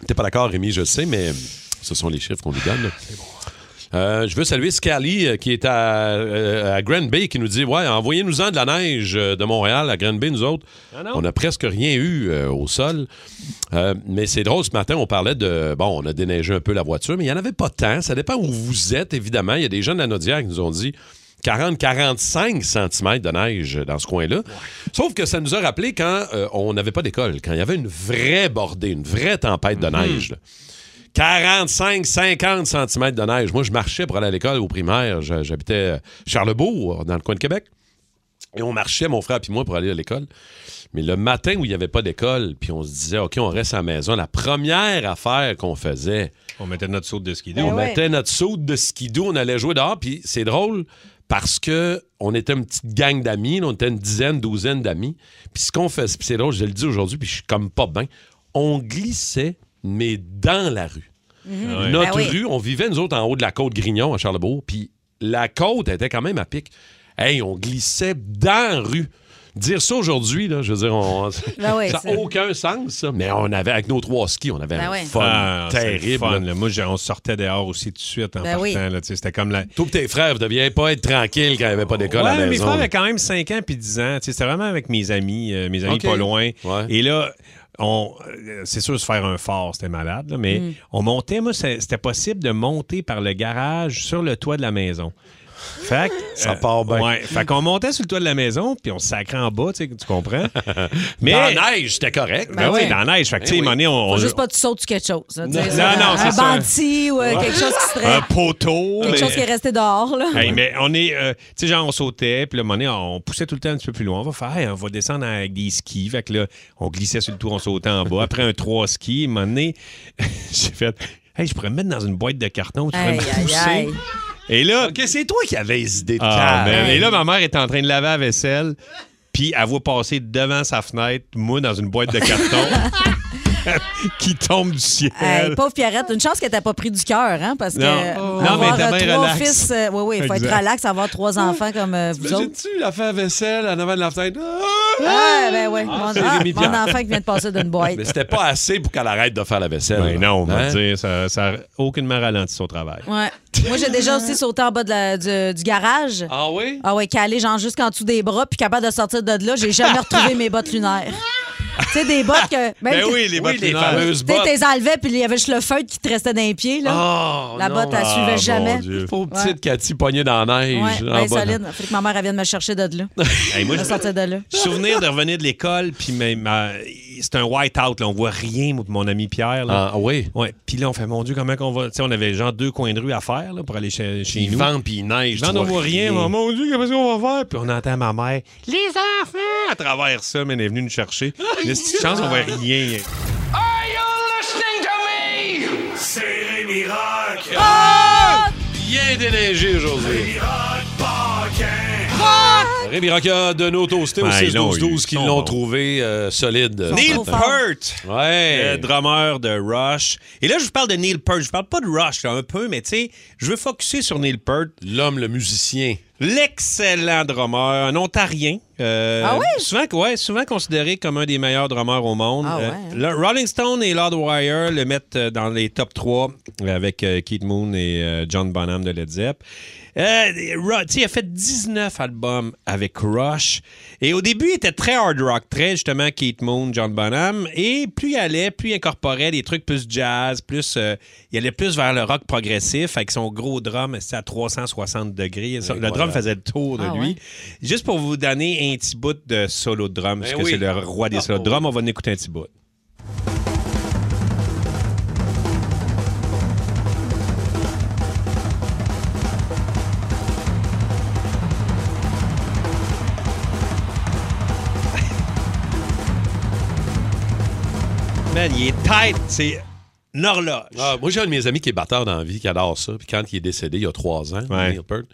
T'es pas d'accord, Rémi, je sais, mais ce sont les chiffres qu'on nous donne. là. Euh, je veux saluer Scali euh, qui est à, euh, à Grand Bay qui nous dit Ouais, envoyez-nous-en de la neige euh, de Montréal à Grand Bay, nous autres.
Ah
On n'a presque rien eu euh, au sol. Euh, mais c'est drôle, ce matin, on parlait de. Bon, on a déneigé un peu la voiture, mais il n'y en avait pas tant. Ça dépend où vous êtes, évidemment. Il y a des gens de la Naudière qui nous ont dit 40-45 cm de neige dans ce coin-là. Sauf que ça nous a rappelé quand euh, on n'avait pas d'école, quand il y avait une vraie bordée, une vraie tempête de neige. là. 45, 50 cm euh, de neige. Moi, je marchais pour aller à l'école au primaire. Je- J'habitais Charlebourg, dans le coin de Québec. Et on marchait, mon frère puis moi, pour aller à l'école. Mais le matin où il n'y avait pas d'école, puis on se disait, OK, on reste à la maison, la première affaire qu'on faisait,
On mettait notre saut de ski.
on
Ben ouais.
mettait notre saut de skidoo, on allait jouer dehors, puis c'est drôle parce que on était une petite gang d'amis, là, on était une dizaine, douzaine d'amis. Puis ce qu'on fait, puis c'est drôle, je le dis aujourd'hui, puis je suis comme pas bien. On glissait, mais dans la rue.
Ah Ouais.
Ben
Notre
oui.
rue, on vivait, nous autres, en haut de la côte Grignon à Charlebourg, puis la côte était quand même à pic. Hey, on glissait dans la rue. Dire ça aujourd'hui, là, je veux dire, on-
Ben oui,
ça
ça-
n'a aucun sens, ça. Mais on avait, avec nos trois skis, on avait
Ben
un
ouais.
fun
Ah, c'est le
terrible.
fun,
là.
là. Moi, j'ai- on sortait dehors aussi tout de suite en
Ben
partant.
oui.
là, tu sais, C'était comme la.
Tous tes frères ne deviens pas être tranquille quand il n'y avait pas d'école à
Ouais,
la
mes
maison.
frères avaient quand même 5 ans puis 10 ans. Tu sais, C'était vraiment avec mes amis, euh, mes amis
Ok.
pas loin.
Ouais.
Et là, on, euh, c'est sûr, se faire un fort, c'était malade, là, mais
Mm.
on montait. Moi, c'est- c'était possible de monter par le garage sur le toit de la maison. Fait que, euh,
Ça part bien.
ouais, fait qu'on montait sur le toit de la maison, puis on se sacrait en bas, tu sais, tu comprends? Mais.
Dans la neige, c'était correct.
Ben oui,
ouais.
dans la neige. Fait que, tu sais,
oui.
à un moment donné, on.
Faut
on-
juste pas que tu sautes sur quelque chose. là, tu sais,
Non,
ça,
non,
un
c'est ça.
bandit ou euh, quelque chose qui se
Un
traîne.
poteau.
Quelque
mais-
chose qui est resté dehors, là.
Hey, mais on est. euh, tu sais, genre, on sautait, puis là, à un moment donné, on poussait tout le temps un petit peu plus loin. On va faire, hey, on va descendre avec des skis. Fait que là, on glissait sur le tour, on sautait en bas. Après un trois skis, à un moment donné, j'ai fait, hey, je pourrais me mettre dans une boîte de carton, tu pourrais
Aïe,
me
aïe,
pousser.
aïe.
Et là,
OK, c'est toi qui avais les idées de
ah,
cave.
man.
Hey.
Et là, ma mère est en train de laver la vaisselle, puis elle voit passer devant sa fenêtre, moi, dans une boîte de carton qui tombe du ciel.
Hey, pauvre Pierrette, une chance qu'elle t'a pas pris du cœur, hein, parce que
Euh, Non.
euh,
Oh. Non, mais
avoir
t'as
euh,
bien
trois
relax.
fils, euh, oui, oui, il faut être
Exact. Ah,
relax, avoir trois enfants comme euh, vous autres.
Imagines-tu, la fait à vaisselle en avant de la fenêtre? Ah!
Ah, ben oui, mon,
c'est
ah,
Rémi
mon
Pierre.
enfant qui vient de passer d'une boîte.
Mais c'était pas assez pour qu'elle arrête de faire la vaisselle.
Ben non, on va
Hein?
dire, ça n'a aucunement ralenti son travail.
Ouais. Moi, j'ai déjà aussi sauté en bas de la- du, du garage. Ah.
Ah oui?
ouais, calé, genre jusqu'en dessous des bras, puis capable de sortir de là, j'ai jamais retrouvé mes bottes lunaires. tu sais, des bottes que. même
Ben
que-
oui, les
Oui,
bottes
les
lunaires.
fameuses
Tu sais,
bottes.
t'es enlevé, puis il y avait juste le feutre qui te restait dans les pieds, là.
Oh,
la
non.
botte, elle
Ah,
suivait
mon
jamais.
Dieu.
Pauvre petite Cathy pognée dans la
Ouais,
neige. en
ah,
ben
bas.
solide. Fait que ma mère, elle vient de me chercher de là.
Hey, moi,
Elle me
je
sortir de là.
Souvenir de revenir de l'école, puis ma- ma- c'est un white-out, là, on voit rien, moi, pis mon ami Pierre. Là.
Ah oui.
Ouais. Puis là, on fait, mon Dieu, comment qu'on va. Tu sais, on avait genre deux coins de rue à faire là, pour aller chez, chez
Il
nous.
vend puis il neige.
Je n'en
tu
vois rien, moi, mon Dieu, qu'est-ce qu'on va faire? Puis on entend ma mère, les enfants, à travers ça, mais elle est venue nous chercher. Une petite chance, on voit rien.
Bien déneigé aujourd'hui. Rémi Roca de nos toastés au
Ben, ils l'ont
6 12
eu.
qui
Ils sont
l'ont
bons.
trouvé euh, solide.
Neil
trop fort.
Peart!
Ouais.
le Euh, drummer de Rush. Et là, je vous parle de Neil Peart. Je vous parle pas de Rush, là, un peu, mais tu sais, je veux focuser sur Neil Peart.
L'homme, le musicien.
L'excellent drumeur, un Ontarien. euh,
Ah oui?
Souvent, ouais, souvent considéré comme un des meilleurs drummers au monde.
Ah
Euh,
ouais.
le Rolling Stone et Lord Wire le mettent euh, dans les top 3 avec euh, Keith Moon et euh, John Bonham de Led Zepp. Euh, Ru- tu sais, il a fait 19 albums avec Rush. Et au début, il était très hard rock, très justement Keith Moon, John Bonham. Et plus il allait, plus il incorporait des trucs plus jazz, plus euh, il allait plus vers le rock progressif avec son gros drum c'était à 360 degrés. Ça, Le drum faisait le tour de
Ah
lui.
ouais.
Juste pour vous donner un petit bout de solo de drum, parce que
oui.
c'est le roi des solos de drum, on va en écouter un petit bout. Man, il est tight, c'est une horloge.
Ah, moi, j'ai un de mes amis qui est batteur dans la vie, qui adore ça. Puis quand il est décédé il y a trois ans,
Ouais.
Neil Peart,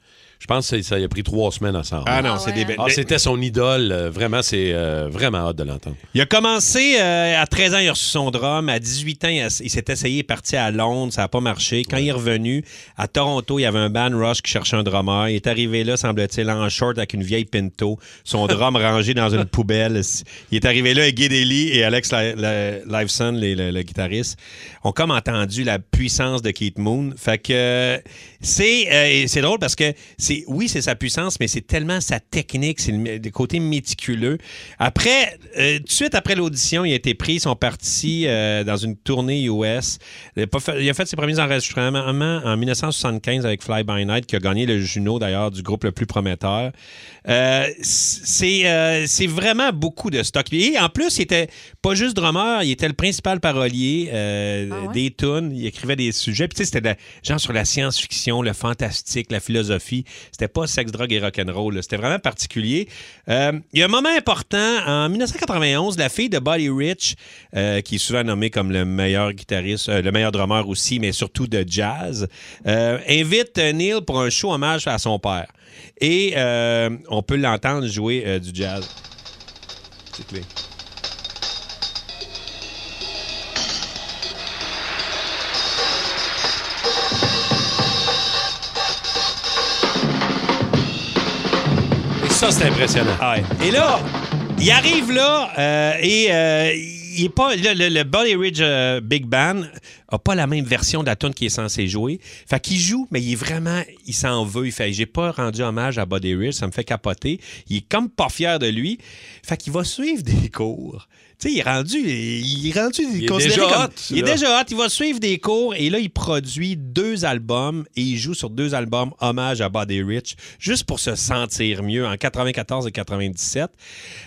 je pense que ça- ça lui a pris trois semaines à s'en
Ah
rendre.
non,
Ah
c'est
ouais,
des
hein?
belles.
Ah, c'était son idole. euh, Vraiment, c'est euh, vraiment hâte de l'entendre.
Il a commencé euh, à 13 ans, il a reçu son drum. À 18 ans, il, a- il s'est essayé, il est parti à Londres, ça n'a pas marché. Quand il est revenu, à Toronto, il y avait un band Rush qui cherchait un drummer. Il est arrivé là, semble-t-il, en short avec une vieille pinto, son drum rangé dans une poubelle. Il est arrivé là avec Guy Daly et Alex Li- Li- Lifeson, les- le, le guitariste, ont comme entendu la puissance de Keith Moon. Fait que euh, c'est euh, et c'est drôle parce que c'est oui, c'est sa puissance, mais c'est tellement sa technique, c'est le, mé- le côté méticuleux. Après, euh, tout de suite après l'audition, il a été pris, ils sont partis euh, dans une tournée US. Il a, pas fait, il a fait ses premiers enregistrements en 1975 avec Fly By Night, qui a gagné le Juno d'ailleurs du groupe le plus prometteur. Euh, c'est euh, c'est vraiment beaucoup de stock. Et en plus, il était pas juste drummer, il était le principal parolier euh,
Ah ouais?
des tunes. Il écrivait des sujets. Puis tu sais, c'était de la- genre sur la science-fiction, le fantastique, la philosophie. C'était pas sexe, drogue et rock'n'roll. là. C'était vraiment particulier. Euh, Il y a un moment important. En 1991, la fille de Buddy Rich, euh, qui est souvent nommée comme le meilleur guitariste, euh, le meilleur drummer aussi, mais surtout de jazz, euh, invite euh, Neil pour un show hommage à son père. Et euh, on peut l'entendre jouer euh, du jazz. C'est clé.
Et ça, c'est impressionnant.
Ah ouais. Et là, il arrive là euh, et euh, il est pas le, le- le Buddy Ridge euh, Big Band a pas la même version de la tune qui est censé jouer. Fait qu'il joue, mais il est vraiment, il s'en veut. Il fait, j'ai pas rendu hommage à Buddy Ridge, ça me fait capoter. Il est comme pas fier de lui. Fait qu'il va suivre des cours. Tu sais, il est rendu, il est rendu
est
considéré
déjà
comme-
hot,
il est
là.
déjà hot. Il va suivre des cours et là, il produit deux albums et il joue sur deux albums hommage à Buddy Rich juste pour se sentir mieux en 94 et 97.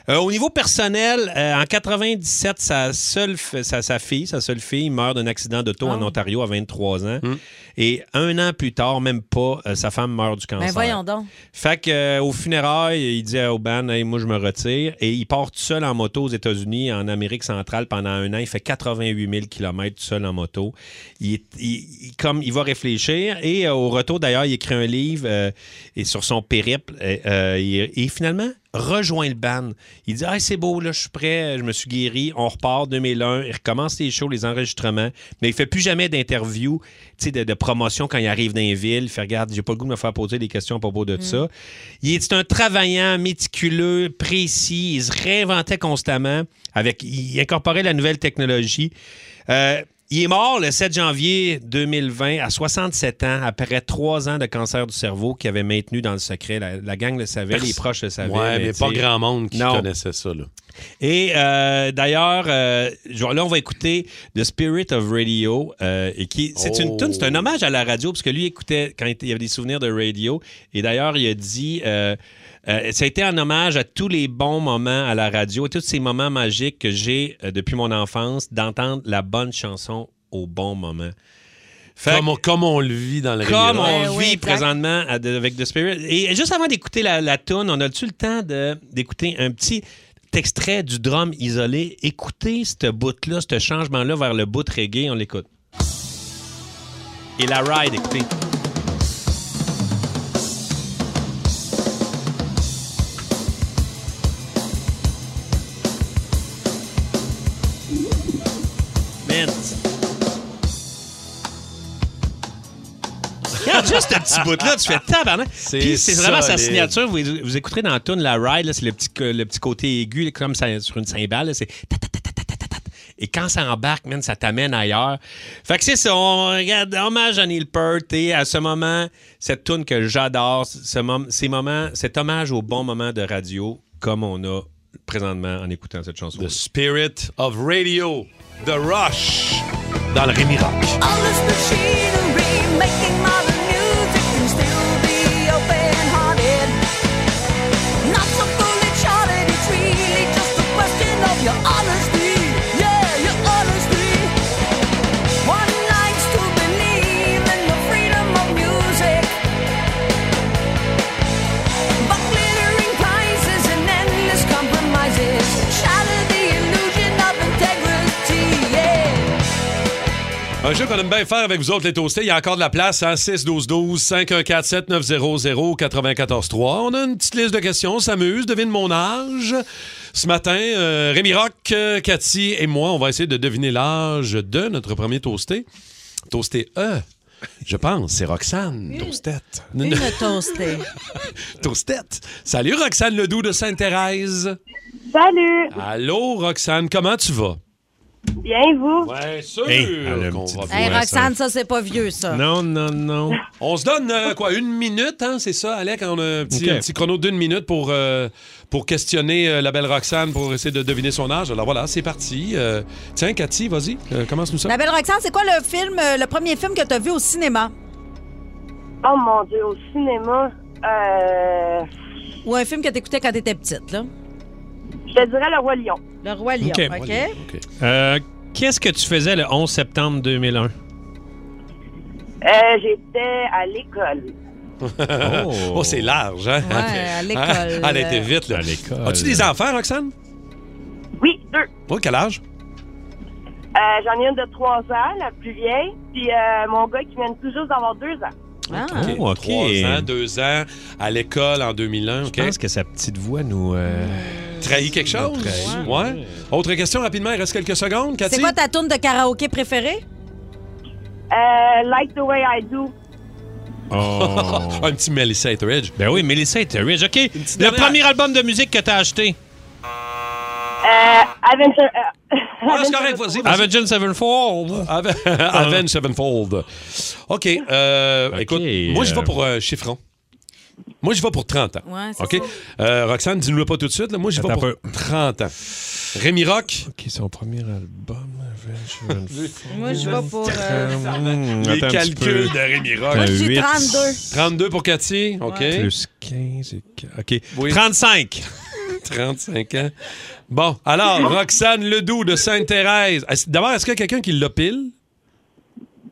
Euh, au niveau personnel, euh, en 97, sa seule, f- sa, sa fille, sa seule fille meurt d'un accident d'auto
Ah.
en Ontario à 23 ans.
Hmm.
Et un an plus tard, même pas, euh, sa femme meurt du cancer.
Ben voyons donc.
Fait que, euh, au funérailles, il dit à Oban, hey, moi je me retire. Et il part tout seul en moto aux États-Unis, en Amérique centrale pendant un an. Il fait 88 000 km tout seul en moto. Il, est- il- il- comme, il va réfléchir. Et euh, au retour, d'ailleurs, il écrit un livre euh, et sur son périple. Et, euh, il- et finalement, rejoint le ban. Il dit Ah, c'est beau, là, je suis prêt, je me suis guéri. On repart 2001. Il recommence les shows, les enregistrements. Mais il fait plus jamais d'interviews, tu sais, de, de promotion quand il arrive dans les villes. Il fait Regarde, j'ai pas le goût de me faire poser des questions à propos
Mm.
de ça. Il est c'est un travaillant, méticuleux, précis. Il se réinventait constamment. Avec, il incorporait la nouvelle technologie. Euh, il est mort le 7 janvier 2020 à 67 ans après trois ans de cancer du cerveau qu'il avait maintenu dans le secret. La, la gang le savait, les proches le savaient.
Ouais, mais
tu
pas
sais.
grand monde qui
Non.
connaissait ça. Là.
Et euh, d'ailleurs, euh, je- là, on va écouter The Spirit of Radio. euh, et qui, c'est une
Oh.
tune, c'est un hommage à la radio, parce que lui écoutait quand il était- il avait des souvenirs de radio. Et d'ailleurs, il a dit. euh, euh, ça a été un hommage à tous les bons moments à la radio, à tous ces moments magiques que j'ai euh, depuis mon enfance, d'entendre la bonne chanson au bon moment. Fait que-
Comme, on, comme on le vit dans le
comme on
réel.
Ouais,
vit
ouais, exact.
présentement à- de- avec The Spirit. Et juste avant d'écouter la, la toune, on a-tu le temps de- d'écouter un petit extrait du drum isolé? Écoutez ce bout-là, ce changement-là vers le bout reggae, on l'écoute. Et la ride, écoutez. Man, Regarde juste ce petit bout-là, tu fais tabarnak.
C'est
Puis c'est vraiment sa
solide.
signature. Vous, vous écouterez dans la tune la ride, là, c'est le petit, le petit côté aigu, là, comme ça- sur une cymbale. là, C'est ta-ta-ta-ta-ta-ta-ta. et quand ça embarque, man, ça t'amène ailleurs. Fait que c'est ça, on regarde, hommage à Neil Peart et à ce moment, cette tune que j'adore, ce mom- ces moments, cet hommage au bon moment de radio, comme on a présentement en écoutant cette chanson.
The Spirit of Radio, The Rush, dans le Rémi Rock. Un jeu qu'on aime bien faire avec vous autres, les toastés. Il y a encore de la place, hein? 6-12-12, 514-7900-94-3. On a une petite liste de questions, on s'amuse, devine mon âge. Ce matin, euh, Rémi Rock, euh, Cathy et moi, on va essayer de deviner l'âge de notre premier toasté. Toasté E, je pense, c'est Roxane. Toastette.
Une toastée.
Toastette. Salut, Roxane Ledoux de Sainte-Thérèse.
Salut,
Allô, Roxane, comment tu vas?
bien vous?
Ouais, sûr.
Hey, elle a un petit
Hey,
Ouais, ça-
Roxane, ça, c'est pas vieux, ça.
Non, non, non.
On se donne euh, quoi, une minute, hein, c'est ça, Alec? On a un petit,
Ok.
un petit chrono d'une minute pour, euh, pour questionner euh, la belle Roxane pour essayer de deviner son âge. Alors voilà, c'est parti. Euh, tiens, Cathy, vas-y, euh, commence-nous ça.
La belle Roxane, c'est quoi le film, euh, le premier film que t'as vu au cinéma?
Oh mon dieu, au cinéma, euh,
Ou un film que t'écoutais quand t'étais petite, là?
je te dirais Le Roi Lion.
Le Roi Lion,
OK.
OK?
OK.
Euh, Qu'est-ce que tu faisais le 11 septembre 2001?
Euh, J'étais à l'école.
Oh, c'est large, hein?
Ouais, à l'école.
Ah, Elle a été vite, là. À l'école. As-tu des enfants, Roxane?
Oui, deux.
Oui, quel âge?
Euh, J'en ai une de 3 ans, la plus vieille, puis euh, mon gars qui vient tout juste d'avoir 2 ans.
Ah.
Oh, OK.
Trois ans, deux ans, à l'école en 2001.
Je pense que sa petite voix nous. euh,
Trahit quelque chose?
Trahit.
Ouais. Autre question rapidement, il reste quelques secondes, Cathy.
C'est quoi ta tourne de karaoké préférée?
Euh, like the way I do. Euh,
Un petit Melissa Etheridge.
Ben oui, Melissa Etheridge. OK. Le premier album de musique que t'as acheté.
Euh, Adventure. euh,
Ah. c'est correct, vas-y. Ah.
Avenged Sevenfold.
Avenge Sevenfold. OK. euh, Écoute, moi, je vais pour euh, chiffron. Moi, je vais pour 30 ans.
Ouais, c'est
OK? Euh, Roxane, dis-nous-le pas tout de suite. là. Moi, je vais
Attends
pour
un
30 ans. Rémi Rock.
OK, son premier album. Avenged Sevenfold.
Moi, je vais pour.
Hum,
Les
attends un petit peu.
calculs de Rémi Rock.
Moi, j'ai Huit.
32.
32 pour Cathy. OK.
Plus 15 et 15. OK.
Oui.
35.
35 ans. Bon, alors, Roxane Ledoux de Sainte-Thérèse. Est-ce- D'abord, est-ce qu'il y a quelqu'un qui l'opile?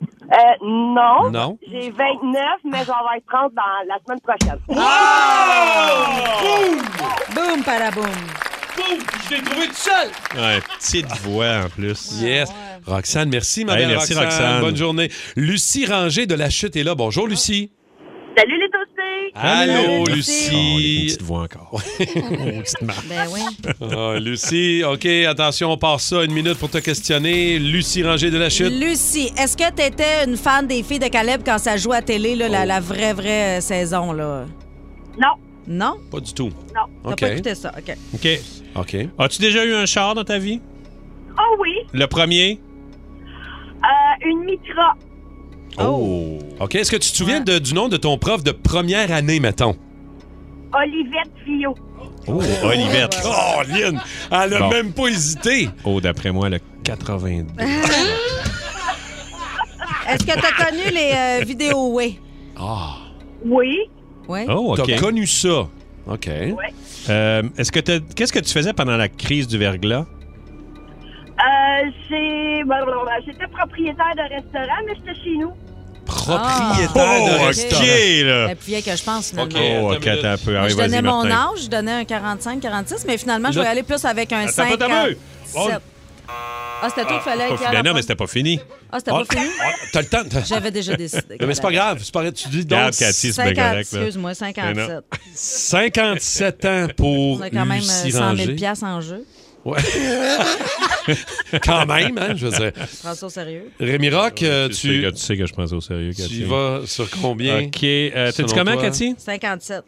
euh, non.
Non.
J'ai 29, mais j'en vais être 30 dans la semaine prochaine.
Boum, paraboum.
Je l'ai trouvé tout seul!
Ouais, petite voix en plus.
Yes. Roxane, merci, ma
Hey,
belle
merci, Roxane.
Bonne journée. Lucie Ranger de La Chute est là. Bonjour, Lucie.
Salut les toastés!
Allô,
Allô,
Oh, les
Lucie.
petites voix encore.
Ben oui.
Ah, Lucie, OK, attention, on part ça. Une minute pour te questionner. Lucie Ranger de La Chute.
Lucie, est-ce que t'étais une fan des filles de Caleb quand ça jouait à télé, là, la, la vraie, vraie euh, saison, là?
Non,
Non?
Pas du tout.
non.
T'as
OK.
pas écouté ça, OK.
OK.
OK.
As-tu déjà eu un char dans ta vie?
Oh oui,
Le premier?
euh, une mitra.
Oh. OK, est-ce que tu te souviens de- du nom de ton prof de première année, mettons?
Olivette Fillot.
Oh, Olivette.
Oh, Lynn, elle a
Bon.
même pas hésité.
Oh, d'après moi, le 82.
Est-ce que t'as connu les euh, vidéos Way?
Ah. Oui.
Oui.
Oh, OK.
T'as connu ça. OK.
Euh, Est-ce que t'as- Qu'est-ce que tu faisais pendant la crise du verglas?
Euh, j'ai- blablabla, bah, J'étais propriétaire de restaurant, mais j'étais chez nous.
Propriétaire
Oh,
de
OK. Eh,
restaurant.
là.
La plus vieille que je pense, finalement.
Oh,
OK. attends
OK,
une minute.
attends un peu.
Moi,
Allez,
je donnais
vas-y,
mon
Martin.
âge, je donnais un 45-46, mais finalement, je
Là-
vais aller plus avec un
Attends,
5
attends, attends. Oh.
Ah, c'était toi qu'il fallait être hier
Pas
à
fini.
la
Ben non, mais
fin.
c'était pas fini.
Ah, c'était pas
Oh,
fini?
oh, T'as le temps. t'as-
J'avais déjà décidé.
Mais c'est pas grave. C'est pas grave. Tu dis donc
Regarde, Cathy, c'est
50,
bien correct. là.
excuse-moi, 57.
57 ans pour
On a quand même euh,
Lucie
100 000
Ranger.
piastres en jeu.
Ouais. quand même, hein, je veux dire.
Prends ça au sérieux.
Rémi Rock, euh,
Tu, sais
tu,
que, tu sais que je pense au sérieux,
tu
Cathy.
vas sur combien?
OK. Euh, T'as dit
Selon
comment,
toi?
Cathy?
57.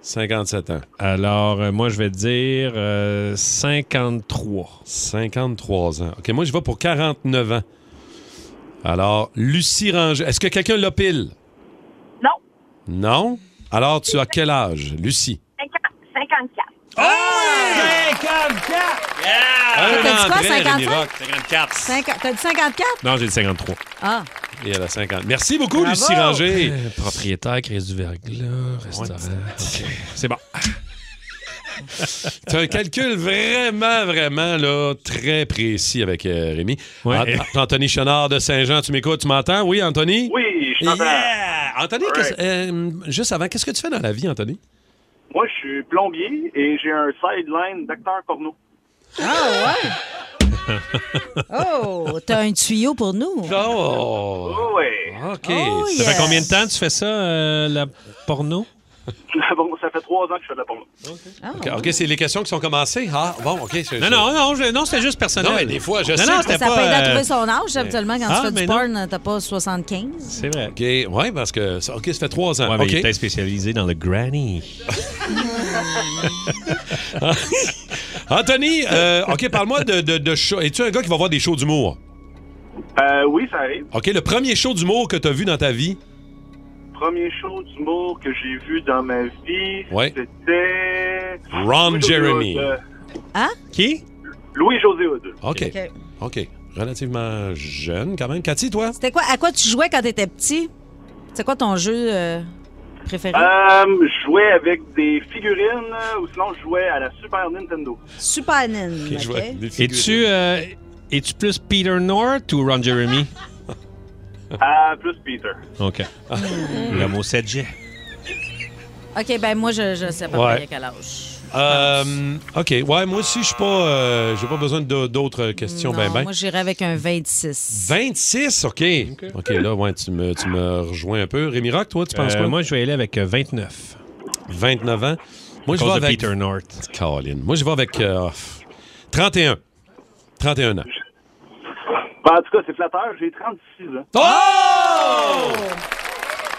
57 ans.
Alors, euh, moi, je vais dire euh, 53.
53 ans. OK, moi, je vais pour 49 ans. Alors, Lucie Ranger. Est-ce que quelqu'un l'opile?
Non,
Non? Alors, tu as quel âge, Lucie?
50 54.
Un
Ah, T'as dit quoi,
André, Rémi
55?
Rock.
54.
Cinquante- T'as dit 54?
Non, j'ai dit 53.
Ah,
Et elle a 50. Merci beaucoup,
Bravo!
Lucie Ranger.
Euh, Propriétaire, crise du verglas, restaurant. C'est bon.
C'est un calcul vraiment, vraiment là, très précis avec euh, Rémi.
Ouais.
Ant- Anthony Chenard de Saint-Jean, tu m'écoutes, tu m'entends? Oui, Anthony?
Oui, je t'entends.
Yeah! Anthony, qu'est-ce-
Right.
euh, juste avant, qu'est-ce que tu fais dans la vie, Anthony?
Moi, je suis plombier et j'ai un sideline d'acteur porno.
oh, t'as un tuyau pour nous.
Oh!
Oui.
OK.
Oh,
Ça
yes.
fait combien de temps que tu fais ça, euh, la porno?
bon, ça fait trois ans que je fais de la porno.
Ah,
OK, OK, c'est les questions qui sont commencées. Ah, bon, OK. je-
Non,
je-
non, non, je- non c'était juste personnel.
Non, mais des fois, je
non,
sais
Non,
que
c'était
Ça peut
pas...
aider à
euh,
trouver son âge, habituellement, quand
Ah,
tu fais du
mais non.
porn, t'as pas 75.
C'est vrai.
OK, ouais, parce que. ça- OK, ça fait trois ans.
Ouais, mais
OK.
il était spécialisé dans le granny.
Anthony, euh, OK, parle-moi de, de, de show. Es-tu un gars qui va voir des shows d'humour?
Euh, oui, ça arrive.
OK, le premier show d'humour que tu as vu dans ta vie?
Premier show d'humour que j'ai vu dans ma vie,
Ouais.
c'était... Euh,
Ron Jeremy.
Qui?
Louis-José Hood.
OK. OK. Relativement jeune, quand même. Cathy, toi?
C'était quoi? À quoi tu jouais quand t'étais petit? C'est quoi ton jeu euh, préféré?
Ah.
Euh, je jouais avec des figurines euh, ou sinon je jouais à la Super Nintendo.
Super Nin. OK.
Es-tu euh, es-tu plus Peter North ou Ron Jeremy?
Ah, plus Euh, Peter.
OK. Le mot 7G.
OK, ben moi, je, je sais pas
Ouais.
à quel âge.
Euh, OK. Ouais, moi aussi, je suis pas. euh, J'ai pas besoin de- d'autres questions.
Non,
ben, ben.
Moi, j'irais avec un 26.
26, OK.
Euh,
OK, là, ouais, tu me, tu me rejoins un peu. Rémi Rock, toi, tu penses
Euh,
quoi?
moi, je vais aller avec euh, 29.
29 ans. Moi,
À
je vais
cause de
avec.
Peter
North. Moi, je vais avec. euh, 31. 31 ans.
Ben, en tout cas, c'est flatteur, j'ai 36 ans.
Oh!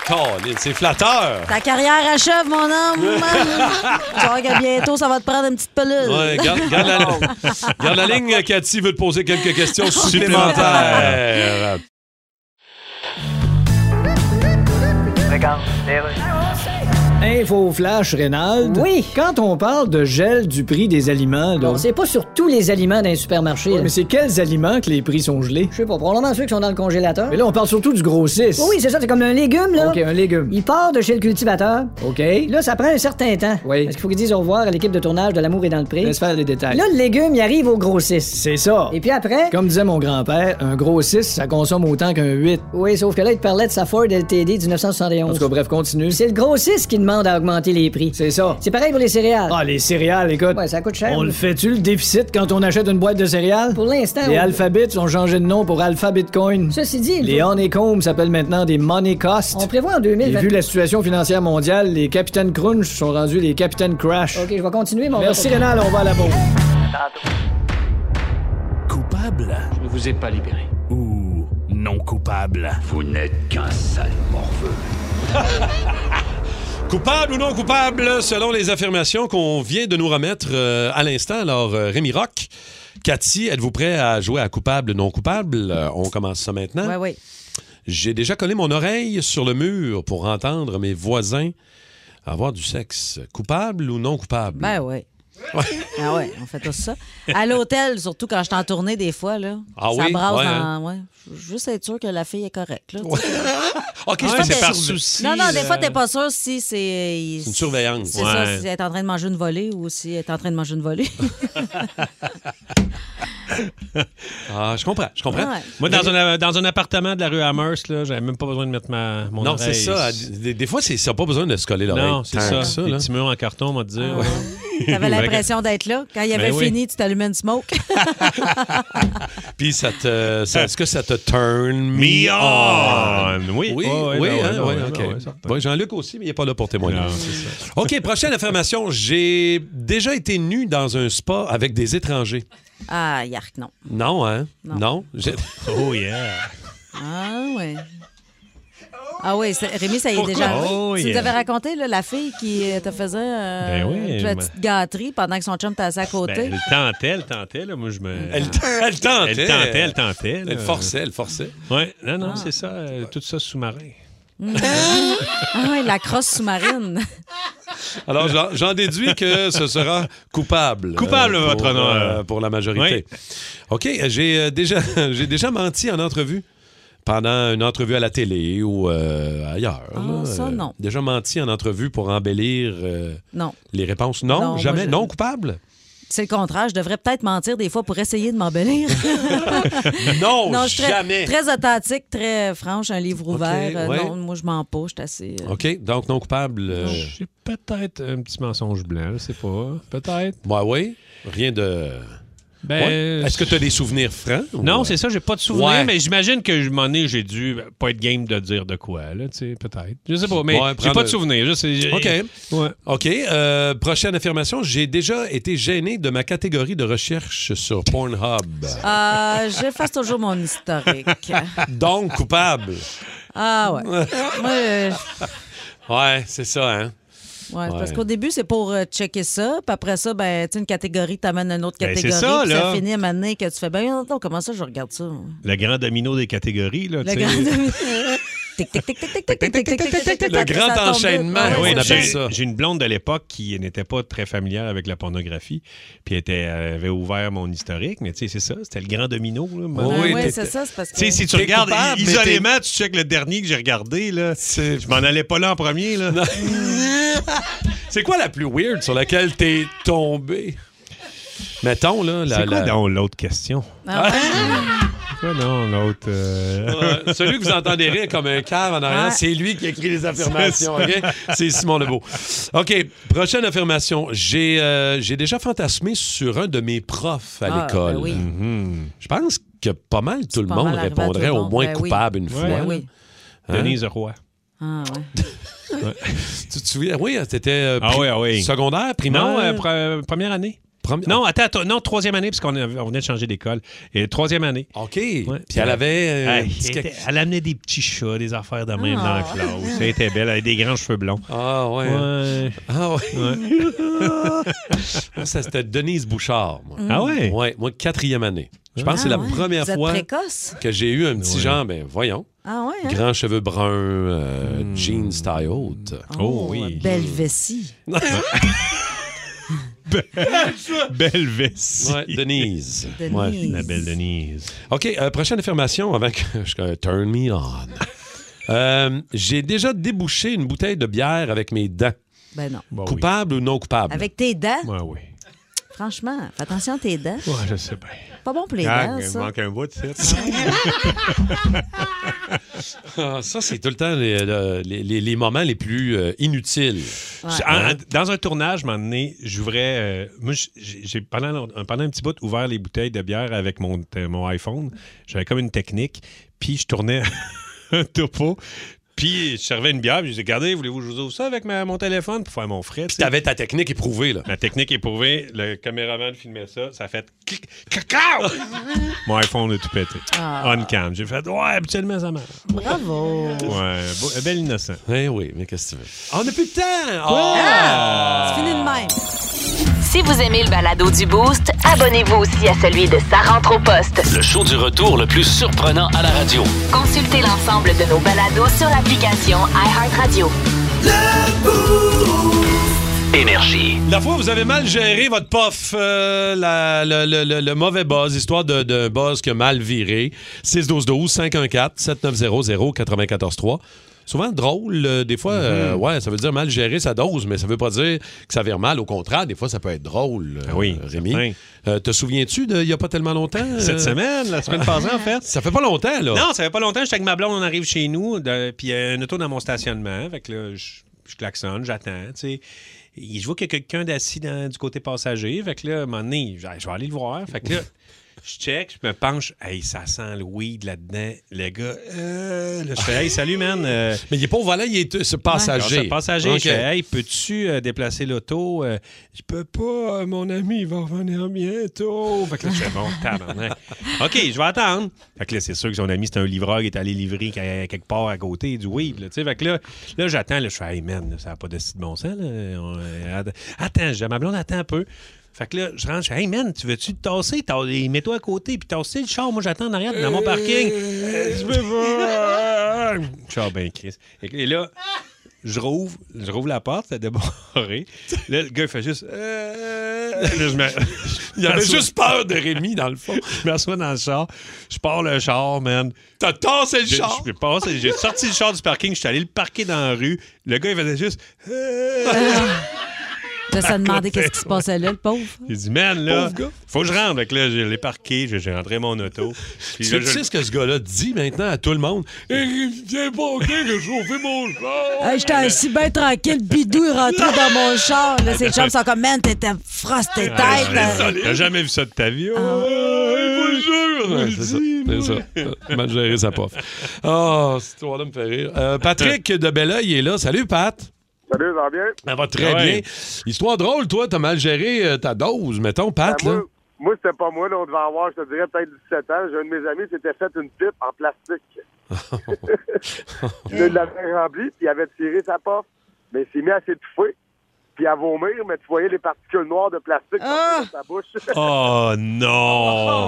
Colin, c'est flatteur.
Ta carrière achève, mon homme. tu vois que bientôt, ça va te prendre une petite pelule.
Ouais, garde, garde la, garde la ligne, Cathy veut te poser quelques questions supplémentaires.
Info flash, Reynald. Oui. Quand on parle de gel du prix des aliments, là,
Bon, c'est pas sur tous les aliments d'un supermarché.
Ouais, mais c'est quels aliments que les prix sont gelés?
Je sais pas, probablement ceux qui sont dans le congélateur.
Mais là, on parle surtout du grossiste.
Oui, oui, c'est ça, c'est comme un légume, là.
OK, un légume.
Il part de chez le cultivateur.
OK.
Là, ça prend un certain temps.
Oui.
Parce qu'il faut qu'ils disent au revoir à l'équipe de tournage de L'amour et dans le prix.
Laisse faire les détails.
Là, le légume, il arrive au grossiste.
C'est ça.
Et puis après,
Comme disait mon grand-père, un gros 6, ça consomme autant qu'un 8.
oui, sauf que là, il te parlait de sa Ford LTD du 1971.
En tout cas, bref, continue.
C'est le grossiste qui demande à augmenter les prix.
C'est ça.
C'est pareil pour les céréales.
Ah, les céréales, écoute.
Ouais, ça coûte cher.
On le fait-tu, le déficit, quand on achète une boîte de céréales?
Pour l'instant,
Les
on-
alphabets ont changé de nom pour Alpha Bitcoin.
Ceci dit, il
Les
faut-
honeycombs s'appellent maintenant des money costs.
on prévoit en
Et
2020.
vu la situation financière mondiale, les capitaines crunch sont rendus les capitaines crash.
OK, je vais continuer mon
Merci Rénal, on va à la pause.
Coupable Je ne vous ai pas libéré. Ou non coupable Vous n'êtes qu'un sale morveux.
Coupable ou non coupable, selon les affirmations qu'on vient de nous remettre euh, à l'instant. Alors, euh, Rémi Rock, Cathy, êtes-vous prêt à jouer à coupable, non coupable? Euh, on commence ça maintenant.
Oui, oui.
J'ai déjà collé mon oreille sur le mur pour entendre mes voisins avoir du sexe. Coupable ou non coupable?
Ben oui. Ah ouais, on fait tout ça. À l'hôtel, surtout quand je t'en tournais des fois, là.
Ah
ça
oui?
brasse
Ouais,
dans-
hein?
ouais. Je veux Juste être sûr que la fille est correcte. Là, tu sais.
OK,
Des
je
fois,
pense que
t'es-
c'est par souci.
Non, non, des
euh,
fois, t'es pas sûr si c'est. il-
C'est une surveillance.
C'est
Ouais.
ça, si elle est en train de manger une volée ou si elle est en train de manger une volée.
Ah, je comprends, je comprends.
Ouais.
Moi, dans un, dans un appartement de la rue Amherst, là, j'avais même pas besoin de mettre ma, mon
non, c'est
oreille.
ça. Des, des fois, c'est- ça n'a pas besoin de se coller l'oreille.
Non, c'est
tant
ça.
que
Des
là.
petits murs en carton, on va te dire.
T'avais l'impression d'être là. Quand il avait
Ben oui.
fini, tu t'allumais une smoke.
Puis ça te. ça- Est-ce que ça te turn me
Me
on?
on. Oui.
oui,
Ah ouais,
oui,
ben
hein,
ouais,
ouais,
ben
ok.
ouais, ouais, certain.
Ouais, Jean-Luc aussi, mais il n'est pas là pour témoigner.
Non, c'est
OK, prochaine affirmation. J'ai déjà été nu dans un spa avec des étrangers.
Ah, Yark, non.
Non, hein? Non. J'ai-
Oh, yeah.
Ah oui. Ah oui, c'est- Rémi, ça y est
Pourquoi?
déjà arrivé.
Oh,
tu nous
yeah.
avais raconté là, la fille qui euh, te faisait euh,
Ben oui,
une
mais-
petite gâterie pendant que son chum t'assait à côté.
Ben, elle tentait, elle tentait. Là. Moi, je me...
Elle, elle tentait.
Elle tentait, elle tentait. là.
Elle forçait, elle forçait.
Ouais. Non, non, c'est ça. euh, tout ça sous-marin.
Ah oui, la crosse sous-marine.
Alors, j'en- j'en déduis que ce sera coupable. euh,
Coupable,
pour,
votre honneur.
euh, pour la majorité. OK, euh, j'ai euh, déjà, j'ai déjà menti en entrevue. Pendant une entrevue à la télé ou euh, ailleurs.
Ah,
là.
ça,
Euh,
non.
Déjà menti en entrevue pour embellir euh,
Non.
les réponses. Non,
Non, moi,
jamais.
je-
Non coupable.
C'est le contraire. Je devrais peut-être mentir des fois pour essayer de m'embellir.
Oh,
Non,
non, je suis très-
jamais.
Très, authentique, très franche, un livre ouvert. Euh,
ouais.
Non, moi, je m'en pas. Je suis assez. euh,
OK, donc non coupable. euh,
J'ai peut-être un petit mensonge blanc, je sais pas. Peut-être.
Ouais, oui. Rien de.
Ben,
Ouais. Est-ce que tu as des souvenirs francs?
Non,
ou-
c'est ça, j'ai pas de souvenir,
euh, Ouais.
mais j'imagine que je m'en ai, j'ai dû euh, pas être game de dire de quoi, là, tu sais, peut-être. Je sais pas, mais
Ouais,
j'ai
prendre-
pas de souvenir. je sais- j'ai-
OK.
Ouais.
OK. euh, prochaine affirmation. J'ai déjà été gêné de ma catégorie de recherche sur Pornhub.
Euh, je fasse toujours mon historique.
Donc coupable.
Ah ouais. Moi, euh,
Ouais, c'est ça, hein?
Ouais,
Ouais.
parce qu'au début, c'est pour euh, checker ça. Puis après ça, ben, tu sais, une catégorie t'amène une autre
Ben, c'est
catégorie.
ça,
puis
là.
finit à m'amener que tu fais, ben, non, comment ça, je regarde ça?
Le grand domino des catégories, là,
Le
tu sais.
grand. Tic, tic, tic, tic, tic, tic, tic, tic, tic, tic, tic, tic, tic,
Le
tic,
grand
ça tombe
enchaînement,
vite.
Ah
Ah
oui,
ouais, c'est
j'ai-
ça.
ça.
J'ai une blonde de l'époque qui n'était pas très familière avec la pornographie, puis elle était- elle avait ouvert mon historique, mais tu sais, c'est ça, c'était le grand domino. Là,
Ah
mon-
Oui,
ouais,
t'étais-
c'est ça, c'est parce que.
Tu sais, si tu
T'es
regardes
coupable,
i-
mais
isolément, tu checkes le dernier que j'ai regardé, là.
C'est-
Je m'en allais pas là en premier, là.
C'est quoi la plus weird sur laquelle t'es tombé? Mettons, là. La,
C'est quoi
la- Ah,
dans l'autre question?
Ah ouais.
Quoi non, l'autre? euh?
Ouais, celui que vous entendez rire comme un cave en arrière,
Ouais.
c'est lui qui écrit les affirmations.
C'est
OK?
ça.
C'est Simon Lebeau. OK, prochaine affirmation. J'ai euh, j'ai déjà fantasmé sur un de mes profs à
Ah,
l'école. Mm.
ben oui.
Je pense que pas mal tout le
pas
monde
mal arrivé à tout
répondrait
le
au
monde.
moins
Ben oui.
coupable une
Ouais.
fois.
Ben
là.
oui.
Hein?
Denise Roy.
Ah, ouais.
Ouais. tu te souviens? Oui, c'était euh,
Ah
pri-
oui, ah oui.
secondaire, primaire?
Non, euh, pre- euh, première année. Non, attends, attends, non, troisième année, parce qu'on a- on venait de changer d'école. Et troisième année.
OK. Puis elle avait, euh, un petit
elle,
quelque-
elle amenait des petits chats, des affaires de même
Ah.
dans la classe. Elle était belle, elle avait des grands cheveux blonds.
Ah ouais.
Ouais.
Ah ouais.
Ouais.
Moi, ça, c'était Denise Bouchard. Moi.
Ah ouais?
Ouais, moi, quatrième année. Je pense que c'est la
Ah ouais.
première
Vous êtes
fois
précoce.
que j'ai eu un petit genre, ben voyons.
Ah ouais, hein?
Grand cheveux bruns, euh,
Hmm.
jeans taille haute.
Oh, Belle vessie.
Oh. Belle vessie.
Ouais, Denise.
Denise.
Ouais.
La belle Denise.
OK, euh, prochaine affirmation avant que je euh, turn me on. Euh, j'ai déjà débouché une bouteille de bière avec mes dents.
Ben non.
Bah
coupable ou non coupable?
Avec tes dents?
Ouais, oui.
Franchement, fais attention à tes dents.
Ah Ouais, je sais bien.
Pas bon pour les
Ah,
dents,
il
ça.
manque un bout de ça.
Ah, ça, c'est tout le temps les, le- les- les- les moments les plus euh, inutiles.
Ouais. En- en- dans un tournage, à un moment donné, j'ouvrais. euh, moi, j- j'ai pendant, long- euh, pendant un petit bout ouvert les bouteilles de bière avec mon, euh, mon iPhone. J'avais comme une technique. Puis je tournais un topo. Puis je servais une bière. Puis je disais, regardez, voulez-vous que je vous ouvre ça avec ma- mon téléphone pour faire mon frais? Puis
t'avais ta technique éprouvée, là.
La technique éprouvée. Le caméraman filmait ça. Ça a fait clic, cacao! mon iPhone a tout pété.
Ah.
On cam. J'ai fait, ouais, habituellement, ça marche.
Bravo.
Ouais, beau- bel innocent.
Eh oui, mais qu'est-ce que tu veux? On n'a plus de temps!
Ah!
C'est fini de même.
Si vous aimez le balado du Boost, abonnez-vous aussi à celui de Sa rentre au poste.
Le show du retour le plus surprenant à la radio.
Consultez l'ensemble de nos balados sur l'application iHeartRadio.
Énergie.
La fois, où vous avez mal géré votre pof, euh, la- le, le- le- le mauvais buzz, histoire de- d'un buzz qui a mal viré. 612-12-514-7900-943. Souvent drôle, euh, des fois, euh,
Mhm.
ouais, ça veut dire mal gérer sa dose, mais ça veut pas dire que ça vire mal. Au contraire, des fois, ça peut être drôle, euh, Rémi. Euh, te souviens-tu d'il n'y a pas tellement longtemps? euh,
Cette semaine, la semaine passée, en fait.
Ça fait pas longtemps, là.
Non, ça fait pas longtemps. J'étais avec ma blonde, on arrive chez nous, de- puis il y a un auto dans mon stationnement. Fait que là, je, je klaxonne, j'attends, tu sais. Et je vois qu'il y a quelqu'un d'assis dans- du côté passager. Fait que là, à un moment donné, je je vais aller le voir. Fait que là, je check, je me penche. Hey, ça sent le weed là-dedans. Le gars, euh, là, je fais, hey, salut, man. euh,
Mais il est pas au volant, il est euh, ce passager.
alors, c'est passager.
Ok.
Je fais, hey, peux-tu euh, déplacer l'auto? Euh, je peux pas, euh, mon ami, il va revenir bientôt. Fait que là, je fais, bon, tabarnak. OK, je vais attendre. Fait que là, c'est sûr que son ami, c'est un livreur qui est allé livrer que- quelque part à côté du weed. Là, tu sais. fait que là, là j'attends. Là, je fais, hey, man, là, ça n'a pas de si de bon sens. là. On, euh, att- attends, je dis à ma blonde, attends un peu. Fait que là, je rentre, je fais, hey man, tu veux-tu te tasser? T'as- Mets-toi à côté, puis tasser le char. Moi, j'attends en arrière dans mon parking. Euh, Je peux pas. Ciao, ben, Chris. Et là, je rouvre, je rouvre la porte, c'était débarré. Là, le gars, il fait juste. euh, euh. Là, je me-
Il avait
m'assois-
juste peur de Rémi, dans le fond.
Je m'assois dans le char. Je pars le char, man.
T'as tassé le
Je-
char?
je passe- J'ai sorti le char du parking. Je suis allé le parquer dans la rue. Le gars, il faisait juste. euh,
Je se demander qu'est-ce qui se passait là, le pauvre.
Il dit, man, là,
Pauvre gars.
faut que je rentre. Fait que là, je l'ai parqué. J'ai j'ai rentré mon auto. Puis
Tu
là,
sais-
je-
tu sais ce que ce gars-là dit maintenant à tout le monde? Eh, viens pas, ok, que je vais mon char!
Hey, J'étais assis bien tranquille, bidou est rentré dans mon char. Là, ces chums sont comme, man, t'étais frost tes
Ah, je l'ai-
têtes.
T'as jamais vu ça de ta vie?
Ouais, c'est ça, c'est ça. Mal géré sa pof. Oh, cette histoire-là me fait rire. Euh, Patrick de Belleuil est là. Salut, Pat.
Salut, ça va bien?
Ça va
Ah
très
Ouais.
bien. Histoire drôle, toi, t'as mal géré euh, ta dose, mettons, Pat, là.
Moi, c'était pas moi, là, on devait avoir, je te dirais, peut-être 17 ans. J'ai un de mes amis qui s'était fait une pipe en plastique. Il l'avait remplie, puis il avait tiré sa porte. Mais il s'est mis à s'étouffer, puis à vomir, mais tu voyais les particules noires de plastique sortir de sa bouche.
Oh non!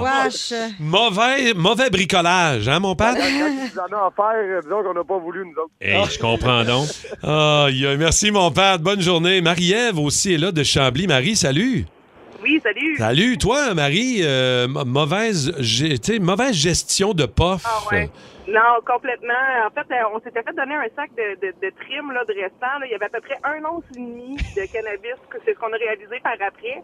Oh, Wesh.
Mauvais, mauvais bricolage, hein, mon Pat?
Quand ils nous en ont offert, euh, disons qu'on n'a pas voulu, nous autres.
Hey, je comprends donc.
Aïe, aïe, merci, mon Pat. Bonne journée. Marie-Ève aussi est là de Chambly. Marie, salut.
Oui, salut.
Salut, toi, Marie, euh, m- mauvaise, gé- tu sais, mauvaise gestion de pof.
Ah ouais. Non, complètement. En fait, euh, on s'était fait donner un sac de, de, de trim, là, de restant. là. Il y avait à peu près un once et demi de cannabis, que c'est ce qu'on a réalisé par après.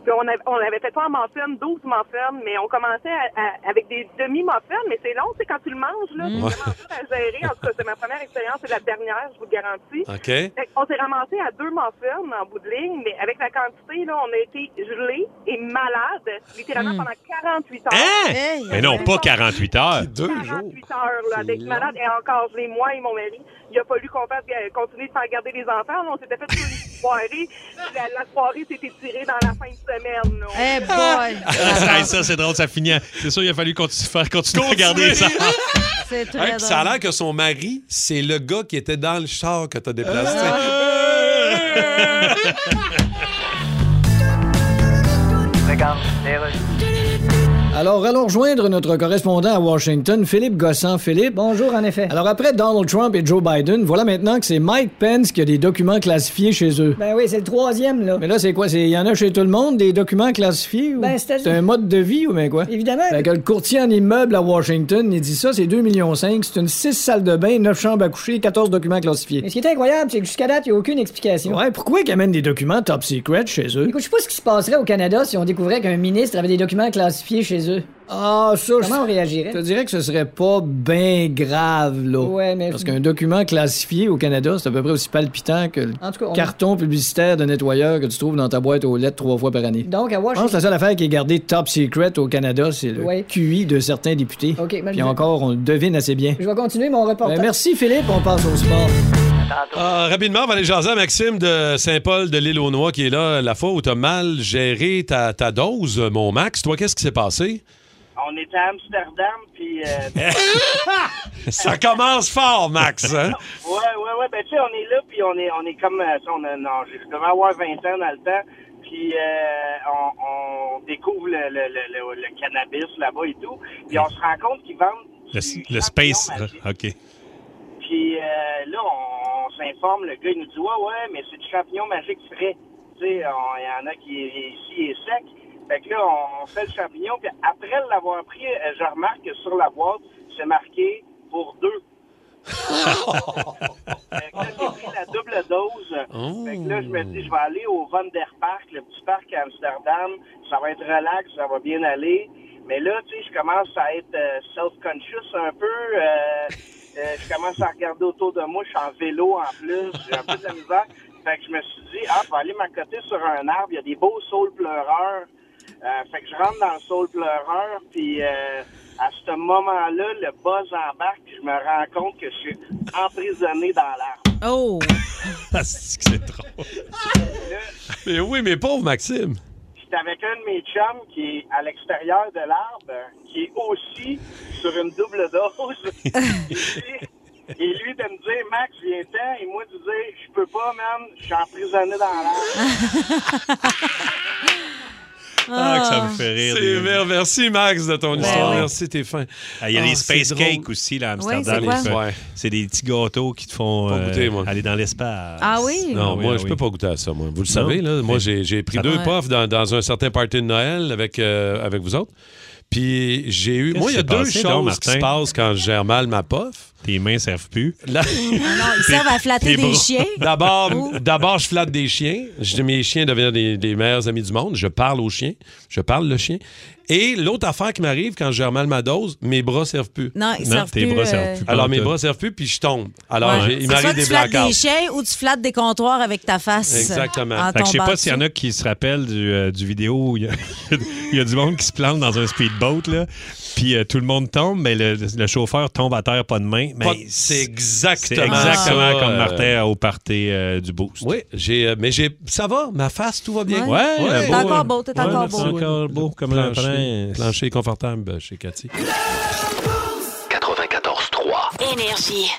Puis on avait, on avait fait pas en muffin, 12 muffins, mais on commençait à- à- avec des demi-muffins, mais c'est long, c'est quand tu le manges, là,
Mm.
c'est vraiment dur à gérer. En tout cas, c'est ma première expérience, c'est la dernière, je vous le garantis.
OK.
on s'est ramassé à deux muffins en bout de ligne, mais avec la quantité, là, on a été gelés et malades, littéralement
Mm. Hein?
pendant 48 heures.
Mais non, pas 48 heures. Deux
48 heures, là, avec
long.
malade, et encore, je l'ai, moi et mon mari, il a fallu qu'on fasse, euh, continuer de faire garder les enfants. là. on s'était fait toute une soirée. La, la soirée s'est étirée dans la fin de semaine. là.
Eh boy!
Ah, ça, c'est drôle, ça finit. en- C'est sûr, il a fallu continu- faire continuer à regarder ça.
C'est très
Hey, puis ça
drôle.
a l'air Ah, que son mari, c'est le gars qui était dans le char que t'as déplacé.
Ah,
Alors, allons rejoindre notre correspondant à Washington, Philippe Gossan. Philippe. Bonjour, en effet. Alors, après Donald Trump et Joe Biden, voilà maintenant que c'est Mike Pence qui a des documents classifiés chez eux.
Ben oui, c'est le troisième, là.
Mais là, c'est quoi? C'est- Il y en a chez tout le monde, des documents classifiés? Ou...
Ben, c'est-
c'est un mode de vie ou bien quoi?
Évidemment.
Fait que le courtier en immeuble à Washington, il dit ça, c'est 2,5 millions. C'est une 6 salles de bain, 9 chambres à coucher, 14 documents classifiés.
Mais ce qui est incroyable, c'est que jusqu'à date, il n'y a aucune explication.
Ouais, pourquoi ils amènent des documents top secret chez eux?
Écoute, je sais pas ce qui se passerait au Canada si on découvrait qu'un ministre avait des documents classifiés chez eux.
Ah, ça, je-
Comment on réagirait?
Je te dirais que ce serait pas bien grave, là.
Ouais, mais-
Parce qu'un document classifié au Canada, c'est à peu près aussi palpitant que le
En tout cas, on-
carton publicitaire de nettoyeur que tu trouves dans ta boîte aux lettres trois fois par année.
Donc, à
Je pense que la
Washington.
seule affaire qui est gardée top secret au Canada, c'est le
Ouais.
QI de certains députés.
OK, mais-
Puis encore, on le devine assez bien.
Je vais continuer mon reportage.
Ben, merci, Philippe. On passe au sport.
Ah, rapidement, on va aller jaser à Maxime de Saint-Paul de l'île aux Noix qui est là la fois où t'as mal géré ta, ta dose, mon Max. Toi, qu'est-ce qui s'est passé?
On était à Amsterdam, puis... euh,
Ça commence fort, Max. hein?
Ouais, ouais, ouais. Ben, tu sais, on est là, puis on est, on est comme. euh, ça, on a, non, j'ai- je devais avoir 20 ans dans le temps, puis euh, on, on découvre le, le, le, le- le cannabis là-bas et tout. Puis on se rend compte qu'ils vendent,
Le, le space. ah, OK.
puis euh, là, on, on s'informe. Le gars, il nous dit Ouais, ouais, mais c'est du champignon magique frais. Tu sais, on- il y en a qui est ici est sec. Fait que là, on, on fait le champignon, puis après l'avoir pris, euh, je remarque que sur la boîte, c'est marqué pour deux. Fait que là, j'ai pris la double dose. Fait que là, je me dis, je vais aller au Vanderpark, le petit parc à Amsterdam. Ça va être relax, ça va bien aller. Mais là, tu sais, je commence à être euh, self-conscious un peu. Euh, euh, je commence à regarder autour de moi. Je suis en vélo en plus. J'ai un peu de la misère. Fait que je me suis dit, ah, je vais aller m'accoter sur un arbre. Il y a des beaux saules pleureurs. Euh, fait que je rentre dans le saule pleureur, puis euh, à ce moment-là, le buzz embarque, puis je me rends compte que je suis emprisonné dans l'arbre.
Oh!
Ah,
c'est que c'est drôle. mais oui, mais pauvre Maxime.
J'étais avec un de mes chums qui est à l'extérieur de l'arbre, qui est aussi sur une double dose. et, lui- et lui de me dire, Max, viens-t'en, et moi de dire, je peux pas, man, je suis emprisonné dans l'arbre.
Ah, que ça me fait rire.
C'est
des-
mer- Merci, Max, de ton histoire.
oui.
Merci, t'es fin.
Ah, Il y a
Ah,
des
c'est
space
drôle.
cakes aussi là, à
Oui,
Amsterdam.
c'est quoi?
Ils font-
Ouais.
C'est des petits gâteaux qui te font
Pas
euh,
goûter, moi.
aller dans l'espace.
Ah oui?
Non, moi,
ah
je
oui.
peux pas goûter à ça, moi. Vous le savez, là, moi, j'ai j'ai pris
Ça
deux
doit-
puffs dans, dans un certain party de Noël avec, euh, avec vous autres. Puis j'ai eu.
Qu'est-ce
Moi, il y a
qui
deux
s'est passé, donc,
choses qui
Martin?
se passent quand je gère mal ma puff.
Tes mains servent plus.
Non, ils servent à flatter
Tes
des
bras.
chiens.
D'abord,
Ou-
d'abord, je flatte des chiens. Je, mes chiens deviennent des, des meilleurs amis du monde. Je parle aux chiens. Je parle le chien. Et l'autre affaire qui m'arrive quand je gère mal ma dose, mes bras servent plus.
Non, ils Non, servent tes plus, bras euh, servent plus,
Alors,
pas
mes
tout.
bras servent plus, puis je tombe. Alors,
Ouais.
j'ai- il
C'est soit
m'arrive des
tu flattes
blackouts.
des chiens ou tu flattes des comptoirs avec ta face. En
Fait que je sais
tombant
pas s'il y en
dessus.
a qui se rappellent du, euh, du vidéo où il y, a- il y a du monde qui se plante dans un speedboat, là, puis euh, tout le monde tombe, mais le, le chauffeur tombe à terre, pas de main. Mais
Pas- c'est
c'est
exactement,
exactement
ça,
comme
euh,
Martin au party euh, du boost.
Oui, j'ai, euh, mais j'ai, ça va, ma face, tout va bien.
Ouais, Ouais, ouais, t'es beau, encore beau, t'es ouais, encore merci, beau. encore beau comme un
plancher,
prince.
plancher confortable chez Cathy.
94.3. Énergie.